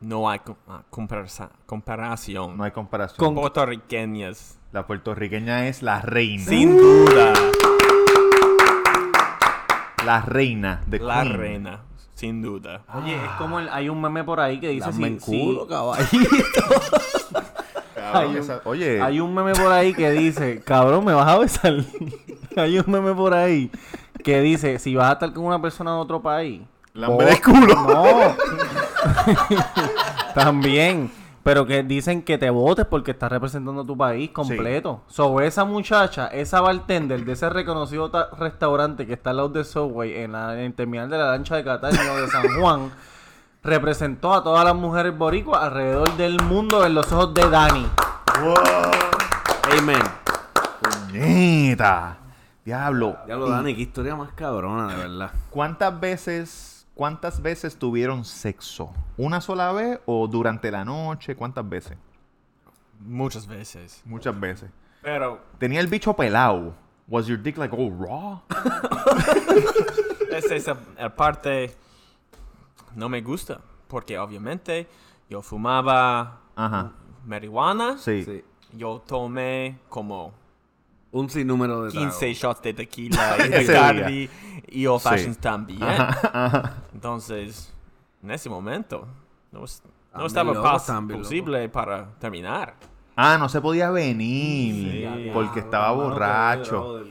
Speaker 4: no hay com- ah, comparsa- comparación.
Speaker 1: No hay comparación.
Speaker 2: Con-
Speaker 4: Puertorriqueñas,
Speaker 1: La puertorriqueña es la reina.
Speaker 4: sin duda,
Speaker 1: La reina de
Speaker 4: la
Speaker 1: Queen.
Speaker 4: reina, sin duda.
Speaker 2: Oye, es como el- hay un meme por ahí que dice
Speaker 3: Dame
Speaker 2: si,
Speaker 3: en
Speaker 2: si-
Speaker 3: culo, caballo.
Speaker 1: Cabrón,
Speaker 2: Hay un-
Speaker 1: esa- oye,
Speaker 2: hay un meme por ahí que dice, cabrón, me vas a besar. hay un meme por ahí que dice, si vas a estar con una persona de otro país.
Speaker 1: lambe de culo.
Speaker 2: No. También. Pero que dicen que te votes porque estás representando a tu país completo. Sobre esa muchacha, esa bartender de ese reconocido ta- restaurante que está al lado de Subway en, la, en el terminal de la lancha de Cataño de San Juan, representó a todas las mujeres boricuas alrededor del mundo en los ojos de Dani.
Speaker 3: Amen.
Speaker 1: Puñeta. Diablo.
Speaker 3: Ya lo dan, qué historia más cabrona, de verdad.
Speaker 1: ¿Cuántas veces, cuántas veces tuvieron sexo? ¿Una sola vez o durante la noche? ¿Cuántas veces?
Speaker 4: Muchas veces.
Speaker 1: Muchas veces.
Speaker 4: Pero
Speaker 1: Tenía el bicho pelado. Was your dick like all raw?
Speaker 4: Esa es la parte no me gusta, porque obviamente yo fumaba
Speaker 1: Ajá.
Speaker 4: marihuana,
Speaker 1: Sí.
Speaker 3: Sí.
Speaker 4: yo tomé como
Speaker 3: Un sinnúmero de
Speaker 4: 15
Speaker 3: tragos.
Speaker 4: shots de tequila y
Speaker 1: Ese
Speaker 4: Bacardi y old fashions
Speaker 1: Sí.
Speaker 4: también.
Speaker 1: Ajá, ajá.
Speaker 4: Entonces, en ese momento no, es- no
Speaker 3: Están bien
Speaker 4: estaba
Speaker 3: locos,
Speaker 4: pas-
Speaker 3: están bien
Speaker 4: posible para terminar.
Speaker 1: Ah, no se podía venir porque estaba borracho.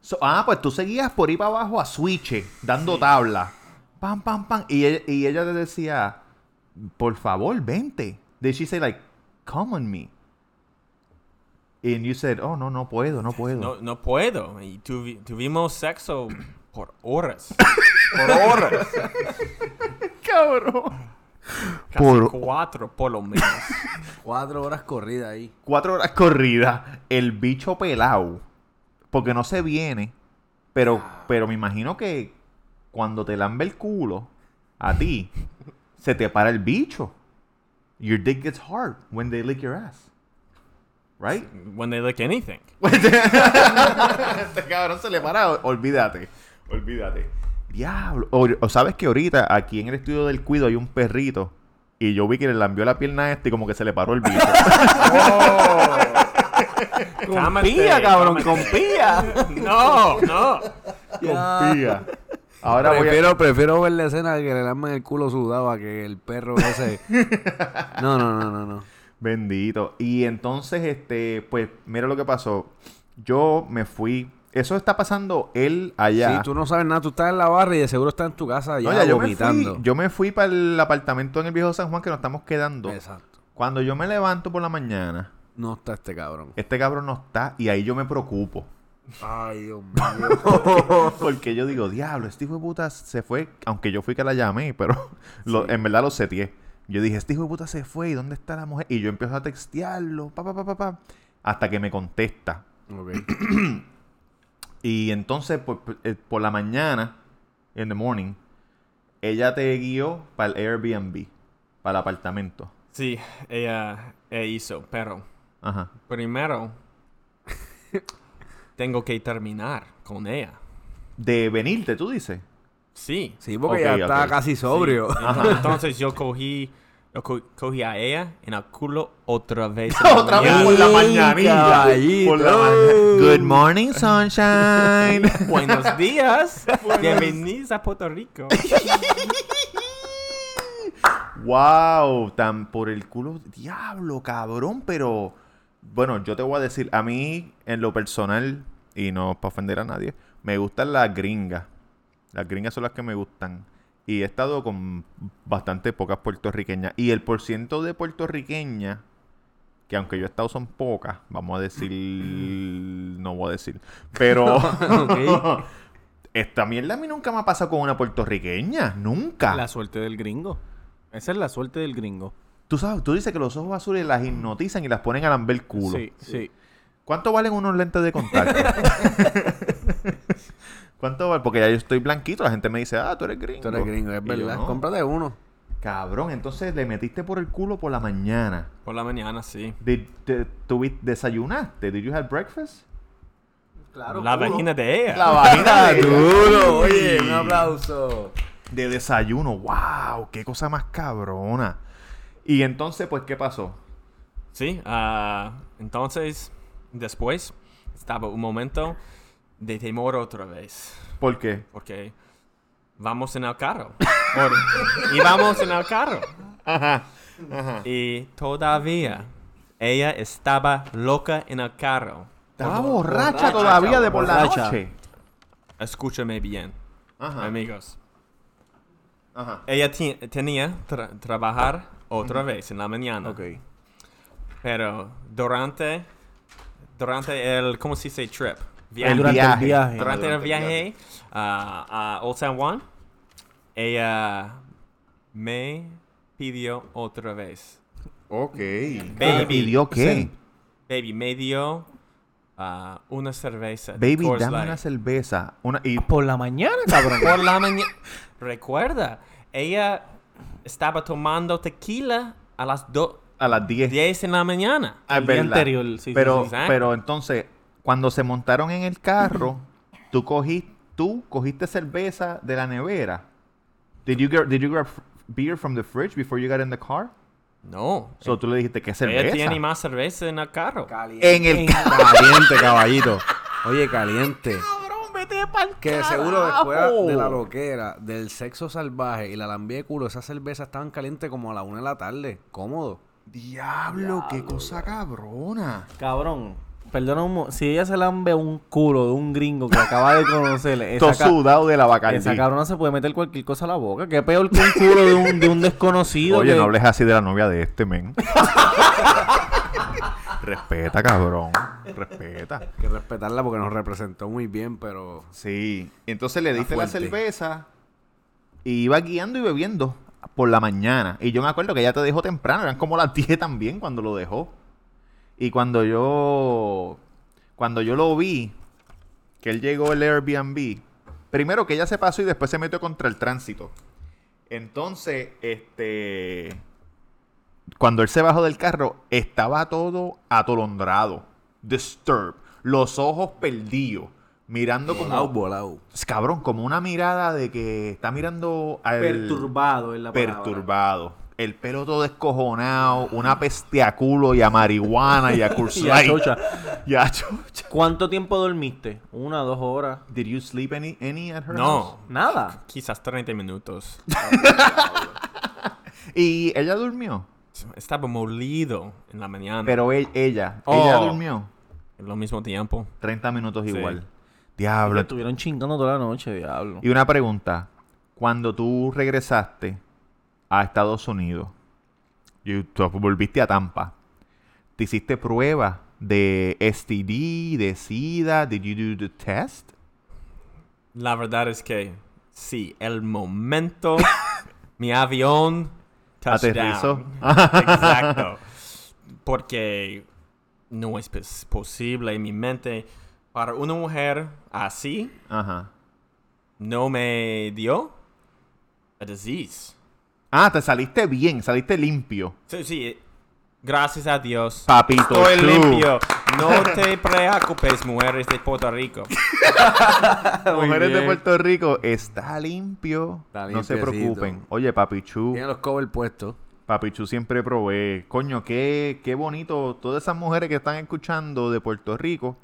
Speaker 1: So- ah, pues tú seguías por ahí para abajo a switch, dando tabla. Pam, pam, pam. Y, él- y ella te decía, por favor, vente. Then she said, like, come on me. And you said, oh, no, no puedo, no puedo.
Speaker 4: No, no puedo. Y tuvi- tuvimos sexo por horas. Por horas.
Speaker 1: cabrón.
Speaker 4: Casi
Speaker 1: Por-
Speaker 4: cuatro por lo menos.
Speaker 3: Cuatro horas corrida ahí.
Speaker 1: Cuatro horas corrida, el bicho pelado. Porque no se viene. Pero, pero me imagino que cuando te lambe el culo a ti, se te para el bicho. Your dick gets hard when they lick your ass. Right?
Speaker 4: When they like anything.
Speaker 1: Este cabrón se le para, o- olvídate. Olvídate. Diablo. O, o sabes que ahorita aquí en el estudio del cuido hay un perrito. Y yo vi que le lambió la pierna a este y como que se le paró el bicho.
Speaker 2: Compía, cabrón, compía.
Speaker 4: No, no.
Speaker 1: Confía. Ahora voy a...
Speaker 3: Prefiero, prefiero ver la escena que le lamen el culo sudado a que el perro ese. No, no, no, no, no.
Speaker 1: Bendito. Y entonces, este, pues, mira lo que pasó. Yo me fui. Eso está pasando él allá.
Speaker 3: Si tú no sabes nada, tú estás en la barra y de seguro estás en tu casa ya,
Speaker 1: No, ya, yo me
Speaker 3: vomitando.
Speaker 1: fui, yo me fui para el apartamento en el viejo San Juan que nos estamos quedando.
Speaker 3: Exacto.
Speaker 1: Cuando yo me levanto por la mañana,
Speaker 3: No está este cabrón.
Speaker 1: este cabrón no está y ahí yo me preocupo.
Speaker 3: Ay, Dios mío.
Speaker 1: Porque yo digo, diablo, este hijo de puta se fue, aunque yo fui que la llamé, pero lo- en verdad lo setié. Yo dije, este hijo de puta se fue, ¿y dónde está la mujer? Y yo empiezo a textearlo, pa, pa, pa, pa, pa, hasta que me contesta.
Speaker 3: Ok.
Speaker 1: pues, Y entonces, por, por- eh, por la mañana, in the morning, ella te guió para el Airbnb, para el apartamento.
Speaker 4: Sí, ella, ella hizo, pero
Speaker 1: Ajá.
Speaker 4: primero tengo que terminar con ella.
Speaker 1: De venirte, tú dices.
Speaker 4: Sí.
Speaker 3: Sí, porque
Speaker 1: Ok,
Speaker 3: ya
Speaker 1: ok.
Speaker 3: está casi sobrio.
Speaker 4: Sí. Entonces, entonces yo cogí, yo co- cogí a ella en el culo otra vez. en la
Speaker 1: Otra vez
Speaker 4: mañana.
Speaker 1: por la
Speaker 3: Sí,
Speaker 1: mañanilla.
Speaker 3: caballito.
Speaker 1: Por la mañana. Good morning, sunshine.
Speaker 4: Buenos días. Bienvenidos a Puerto Rico.
Speaker 1: Wow, tan por el culo. Diablo, cabrón, pero bueno, yo te voy a decir, a mí en lo personal, y no para ofender a nadie, me gustan las gringas. Las gringas son las que me gustan. Y he estado con bastante pocas puertorriqueñas. Y el porciento de puertorriqueñas, que aunque yo he estado son pocas, vamos a decir, no voy a decir, pero... Esta mierda a mí nunca me ha pasado con una puertorriqueña, nunca.
Speaker 2: La suerte del gringo. Esa es la suerte del gringo.
Speaker 1: Tú sabes, tú dices que los ojos azules las hipnotizan y las ponen a lamber culo.
Speaker 2: Sí, sí.
Speaker 1: ¿Cuánto valen unos lentes de contacto? ¿Cuánto valen? Porque ya yo estoy blanquito, la gente me dice, ah, tú eres gringo.
Speaker 3: Tú eres gringo, es
Speaker 1: Y yo,
Speaker 3: verdad.
Speaker 1: "No".
Speaker 3: Cómprate uno.
Speaker 1: Cabrón, entonces le metiste por el culo por la mañana.
Speaker 4: Por la mañana, sí.
Speaker 1: Did- te- tuvi- ¿Desayunaste? ¿Did you have breakfast?
Speaker 4: la vagina de ella.
Speaker 1: vagina
Speaker 3: duro. Oye, un aplauso.
Speaker 1: de desayuno. ¡Wow! ¡Qué cosa más cabrona! Y entonces, pues, ¿qué pasó?
Speaker 4: Sí, ah, entonces después estaba un momento de temor otra vez,
Speaker 1: ¿Por qué?
Speaker 4: porque vamos en el carro. Or- y vamos en el carro. Y todavía ella estaba loca en el carro.
Speaker 1: Estaba borracha, todavía de por
Speaker 3: borracha.
Speaker 1: la noche.
Speaker 4: Escúchame bien,
Speaker 1: Ajá.
Speaker 4: amigos.
Speaker 1: Ajá.
Speaker 4: Ella ti- tenía tra- trabajar otra vez en la mañana.
Speaker 3: Ok.
Speaker 4: Pero durante, durante el, ¿cómo se dice? Trip.
Speaker 1: El
Speaker 2: durante
Speaker 1: viaje.
Speaker 2: el viaje.
Speaker 4: Durante el
Speaker 1: Durante el
Speaker 4: viaje a a Old San Juan, ella me pidió otra vez.
Speaker 1: Ok.
Speaker 4: Baby.
Speaker 1: ¿Te pidió qué?
Speaker 2: Sí.
Speaker 4: Baby, me dio ah, una cerveza. de
Speaker 1: Baby,
Speaker 4: Coors
Speaker 1: dame
Speaker 4: Light.
Speaker 1: una cerveza. Una, y
Speaker 2: Por la mañana, cabrón.
Speaker 4: Por la mañana. Recuerda, ella estaba tomando tequila a las do-
Speaker 1: a las 10.
Speaker 4: 10 en la mañana.
Speaker 1: Ah,
Speaker 2: El día
Speaker 1: verdad.
Speaker 2: anterior, sí, sí,
Speaker 1: pero,
Speaker 4: sí, sí.
Speaker 1: pero entonces, cuando se montaron en el carro, tú cogiste, tú cogiste cerveza de la nevera. Did you, get- did you grab f- beer from the fridge before you got in the car?
Speaker 4: No.
Speaker 2: Eh,
Speaker 1: So, tú le dijiste, ¿qué
Speaker 4: Ella
Speaker 1: cerveza?
Speaker 4: tiene más cerveza en el carro.
Speaker 1: En el carro.
Speaker 3: Caliente, caballito. Oye, caliente. Que de seguro después de la loquera, del sexo salvaje y la lambía de culo, esas cervezas estaban calientes como a la una de la tarde. Cómodo.
Speaker 1: Diablo, qué cosa cabrona.
Speaker 2: Cabrón. Perdona un mo- Si ella se lambe un culo de un gringo que acaba de conocer, esa,
Speaker 1: Todo
Speaker 2: ca-
Speaker 1: sudado de la
Speaker 2: esa
Speaker 1: bacardí.
Speaker 2: cabrona se puede meter cualquier cosa a la boca. Qué peor que un culo de un, de un desconocido.
Speaker 1: Oye,
Speaker 2: que-
Speaker 1: no hables así de la novia de este men. respeta, cabrón. Respeta.
Speaker 3: Hay que respetarla porque nos representó muy bien, pero.
Speaker 1: Sí. Entonces le diste la
Speaker 3: fuerte.
Speaker 1: cerveza y iba guiando y bebiendo por la mañana. Y yo me acuerdo que ella te dejó temprano. Eran como las 10 también cuando lo dejó. Y cuando yo. Cuando yo lo vi, que él llegó al Airbnb. Primero que ella se pasó y después se metió contra el tránsito. Entonces, este. Cuando él se bajó del carro, estaba todo atolondrado. Disturbed. Los ojos perdidos. Mirando
Speaker 3: Volado,
Speaker 1: como.
Speaker 3: volado.
Speaker 1: Cabrón, como una mirada de que está mirando al.
Speaker 2: Perturbado es la palabra.
Speaker 1: Perturbado. El pelo todo descojonado. Una peste a culo y a marihuana y a
Speaker 2: Y
Speaker 1: curslay.
Speaker 2: la chocha.
Speaker 1: Y a chocha.
Speaker 2: ¿Cuánto tiempo dormiste? ¿Una, dos horas?
Speaker 1: Did you sleep any, any at her house?
Speaker 4: No.
Speaker 2: Nada.
Speaker 4: Quizás 30 minutos.
Speaker 1: Y ella durmió.
Speaker 4: Estaba molido en la mañana.
Speaker 1: Pero e- ella,
Speaker 4: Oh.
Speaker 1: ella durmió
Speaker 4: en lo mismo tiempo.
Speaker 1: 30 minutos
Speaker 4: Sí.
Speaker 1: igual.
Speaker 2: Lo
Speaker 1: Diablo.
Speaker 2: estuvieron chingando toda la noche, diablo.
Speaker 1: Y una pregunta. Cuando tú regresaste a Estados Unidos y tú volviste a Tampa, ¿te hiciste pruebas de STD, de SIDA? ¿Did you do the test?
Speaker 4: La verdad es que sí, el momento mi avión
Speaker 1: Aterrizó.
Speaker 4: touchdown. Exacto. Porque no es pos- posible en mi mente para una mujer así
Speaker 1: Ajá.
Speaker 4: no me dio a disease.
Speaker 1: Ah, te saliste bien, saliste limpio.
Speaker 4: Sí, sí, gracias a Dios.
Speaker 1: Papito
Speaker 4: Estoy
Speaker 1: Chu.
Speaker 4: limpio. No te preocupes, mujeres de Puerto Rico.
Speaker 1: Mujeres de
Speaker 3: bien.
Speaker 1: Puerto Rico, está limpio.
Speaker 3: Está
Speaker 1: no se
Speaker 3: limpiecito.
Speaker 1: preocupen. Oye, Papichu,
Speaker 3: Tiene los covers puestos.
Speaker 1: Papichu siempre provee. Coño, qué, qué bonito. Todas esas mujeres que están escuchando de Puerto Rico,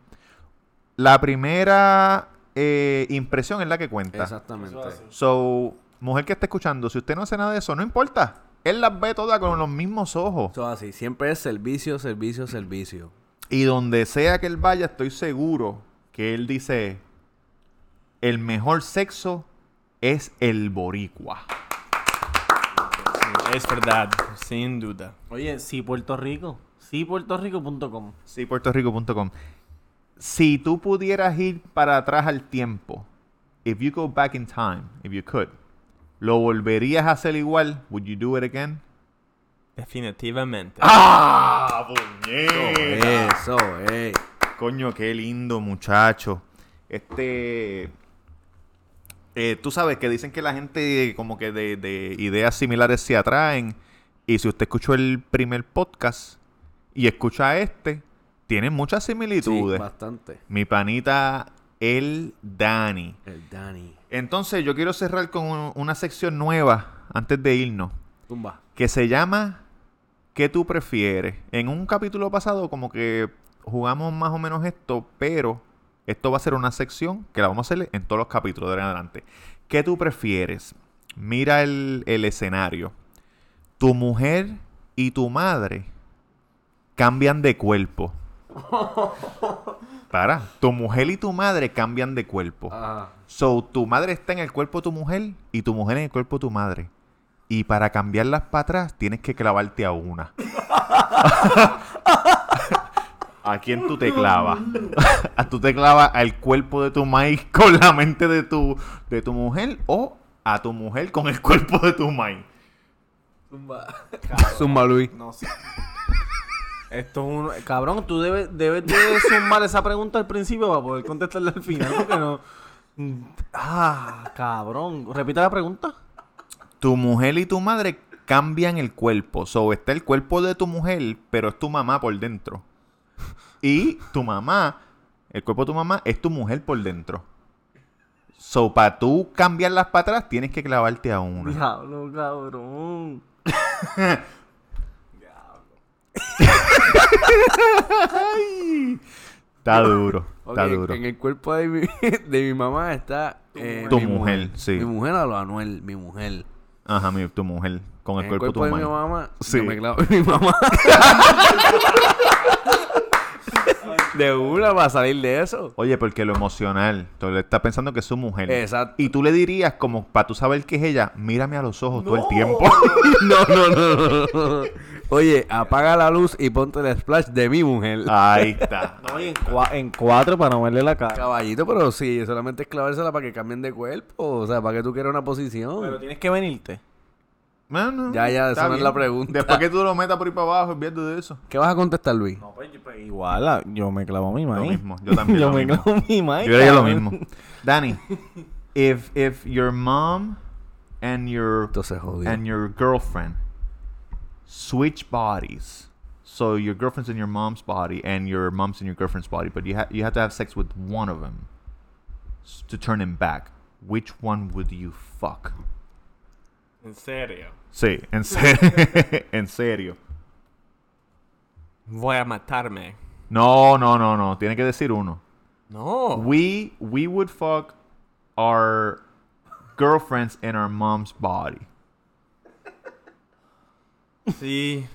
Speaker 1: la primera eh, impresión es la que cuenta.
Speaker 3: Exactamente.
Speaker 1: So, mujer que está escuchando, si usted no hace nada de eso, no importa. Él las ve todas con los mismos ojos.
Speaker 3: Eso es así. Siempre es servicio, servicio, servicio.
Speaker 1: Y donde sea que él vaya, estoy seguro que él dice, el mejor sexo es el boricua.
Speaker 4: Es verdad, sin duda.
Speaker 2: Oye, Eh, sí, Puerto Rico. Sí, Puerto Rico.com.
Speaker 1: Sí, puertorrico.com. Si tú pudieras ir para atrás al tiempo, if you go back in time, if you could, ¿lo volverías a hacer igual? Would you do it again?
Speaker 4: Definitivamente.
Speaker 1: ¡Ah,
Speaker 3: Eso, eh.
Speaker 1: Coño, qué lindo, muchacho. Este. eh, tú sabes que dicen que la gente, como que de, de ideas similares se atraen. Y si usted escuchó el primer podcast y escucha este, tienen muchas
Speaker 3: Sí,
Speaker 1: similitudes.
Speaker 3: bastante.
Speaker 1: Mi panita, el Dani.
Speaker 3: El Dani.
Speaker 1: Entonces, yo quiero cerrar con un- una sección nueva antes de irnos
Speaker 3: Tumba.
Speaker 1: que se llama ¿Qué tú prefieres? En un capítulo pasado como que jugamos más o menos esto, pero esto va a ser una sección que la vamos a hacer en todos los capítulos de ahora en adelante. ¿Qué tú prefieres? Mira el, el escenario. Tu mujer y tu madre cambian de cuerpo. Para, tu mujer y tu madre cambian de cuerpo.
Speaker 3: Ah.
Speaker 1: So, tu madre está en el cuerpo de tu mujer y tu mujer en el cuerpo de tu madre. Y para cambiarlas para atrás tienes que clavarte a una. ¿A quién tú te clavas? ¿A tú te clavas al cuerpo de tu maíz con la mente de tu, de tu mujer o a tu mujer con el cuerpo de tu maíz?
Speaker 2: Zumba.
Speaker 3: Zumba, Luis.
Speaker 2: No sé. Esto es un... Cabrón, tú debes, debes de sumar esa pregunta al principio para poder contestarla al final, porque no... Ah, cabrón. Repita la pregunta.
Speaker 1: Tu mujer y tu madre cambian el cuerpo. So, está el cuerpo de tu mujer, pero es tu mamá por dentro. Y tu mamá, el cuerpo de tu mamá es tu mujer por dentro. So, para tú cambiarlas para atrás, tienes que clavarte a una.
Speaker 2: Diablo, cabrón.
Speaker 1: Está duro,
Speaker 3: Ok,
Speaker 1: está duro.
Speaker 3: En el cuerpo de mi, de mi mamá está. eh,
Speaker 1: Tu
Speaker 3: mi
Speaker 1: mujer, sí.
Speaker 3: Mi mujer a lo Anuel, mi mujer.
Speaker 1: Ajá, mi- tu mujer, con el,
Speaker 3: en
Speaker 1: cuerpo,
Speaker 3: de
Speaker 1: de
Speaker 3: mi
Speaker 1: tu mamá.
Speaker 3: mamá.
Speaker 1: Sí.
Speaker 3: yo me clavo en mi mamá. de una va a salir de eso.
Speaker 1: Oye, porque lo emocional, tú le estás pensando que es su mujer.
Speaker 3: Exacto.
Speaker 1: Y tú le dirías, como para tú saber que es ella, mírame a los ojos todo el tiempo. no, no, no, no.
Speaker 3: Oye, apaga la luz y ponte el splash de mi mujer.
Speaker 1: Ahí está.
Speaker 2: Oye, en, cua- en cuatro para no verle la cara.
Speaker 3: Caballito, pero sí, solamente es clavársela para que cambien de cuerpo. O sea, para que tú quieras una posición.
Speaker 2: Pero tienes que venirte.
Speaker 1: No, no,
Speaker 3: Ya, ya,
Speaker 1: está
Speaker 3: esa no es
Speaker 1: bien.
Speaker 3: la pregunta.
Speaker 1: Después que tú lo metas por ahí para abajo, olvídate de eso.
Speaker 3: ¿Qué vas a contestar, Luis?
Speaker 2: No, pues, igual, ah, yo me clavo a mi maíz.
Speaker 1: mismo, yo también
Speaker 2: yo
Speaker 1: lo
Speaker 2: me
Speaker 1: mismo.
Speaker 2: clavo a mi maíz.
Speaker 1: Yo haría lo
Speaker 2: cabrón.
Speaker 1: mismo. Dani, if, if your mom and your,
Speaker 3: Entonces, jodido.
Speaker 1: and your girlfriend switch bodies, so your girlfriend's in your mom's body and your mom's in your girlfriend's body, but you, ha you have to have sex with one of them s- to turn him back, which one would you fuck?
Speaker 4: En serio.
Speaker 1: Sí, en serio. en serio.
Speaker 4: Voy a matarme.
Speaker 1: No, no, no, no. Tiene que decir uno.
Speaker 4: No.
Speaker 1: we we would fuck our girlfriends in our mom's body.
Speaker 4: Sí.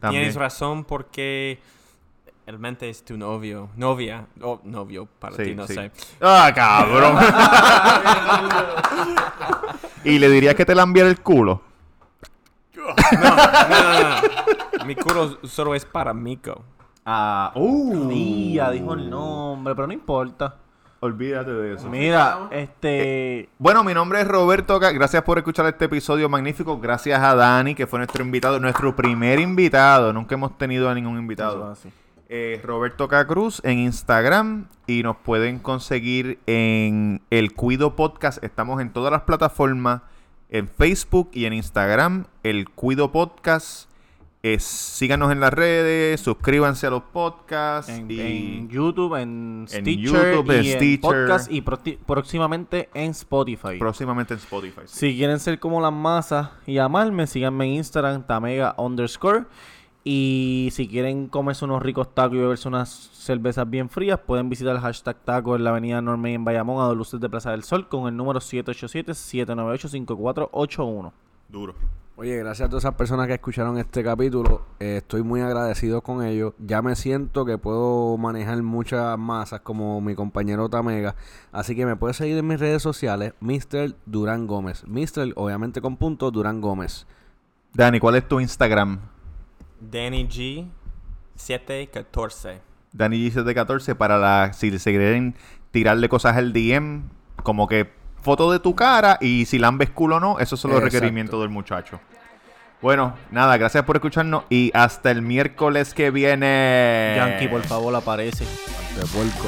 Speaker 1: También.
Speaker 4: Tienes razón porque realmente es tu novio. Novia. O novio para
Speaker 1: Sí,
Speaker 4: ti, no
Speaker 1: sí.
Speaker 4: sé.
Speaker 1: Ah, cabrón. y le dirías que te la enviara el culo.
Speaker 4: No, no, no. Mi culo solo es para Miko.
Speaker 1: Ah,
Speaker 2: uh. Día, dijo el nombre, pero no importa.
Speaker 1: Olvídate de eso.
Speaker 2: Mira, este...
Speaker 1: Bueno, mi nombre es Roberto. Ca- Gracias por escuchar este episodio magnífico. Gracias a Dani, que fue nuestro invitado, nuestro primer invitado. Nunca hemos tenido a ningún invitado.
Speaker 2: Eso es así.
Speaker 1: Eh, Roberto Cacruz en Instagram y nos pueden conseguir en El Cuido Podcast. Estamos en todas las plataformas. en Facebook y en Instagram, el Cuido Podcast. Eh, síganos en las redes, suscríbanse a los podcasts.
Speaker 2: En,
Speaker 1: y
Speaker 2: en YouTube, en
Speaker 1: En
Speaker 2: Stitcher,
Speaker 1: YouTube, en
Speaker 2: y
Speaker 1: Stitcher.
Speaker 2: en podcast y proti- próximamente en Spotify.
Speaker 1: próximamente en Spotify. sí.
Speaker 2: si quieren ser como las masas y amarme, síganme en Instagram, tamega underscore. Y si quieren comerse unos ricos tacos y beberse unas cervezas bien frías, pueden visitar el hashtag taco en la avenida Norme en Bayamón, a dos luces de Plaza del Sol, con el número 787-798-5481.
Speaker 1: Duro.
Speaker 3: Oye, gracias a todas esas personas que escucharon este capítulo. Eh, estoy muy agradecido con ellos. Ya me siento que puedo manejar muchas masas como mi compañero Tamega. Así que me puedes seguir en mis redes sociales, Mr. Durán Gómez. Mr. obviamente con punto, Durán Gómez.
Speaker 1: Dani, ¿cuál es tu Instagram?
Speaker 4: Danny G 714.
Speaker 1: Dani G714 para la, si se quieren tirarle cosas al DM, como que foto de tu cara y si lambes culo o no, esos son los
Speaker 3: Exacto.
Speaker 1: requerimientos del muchacho. Bueno, nada, gracias por escucharnos y hasta el miércoles que viene.
Speaker 2: Yankee, por favor, aparece.
Speaker 3: De puerco.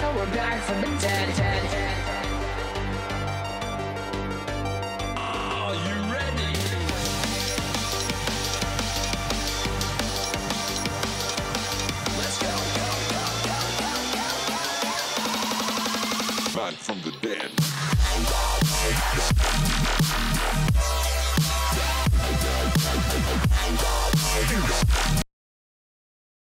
Speaker 5: So we're back from the dead. dead, dead.
Speaker 6: back from the dead.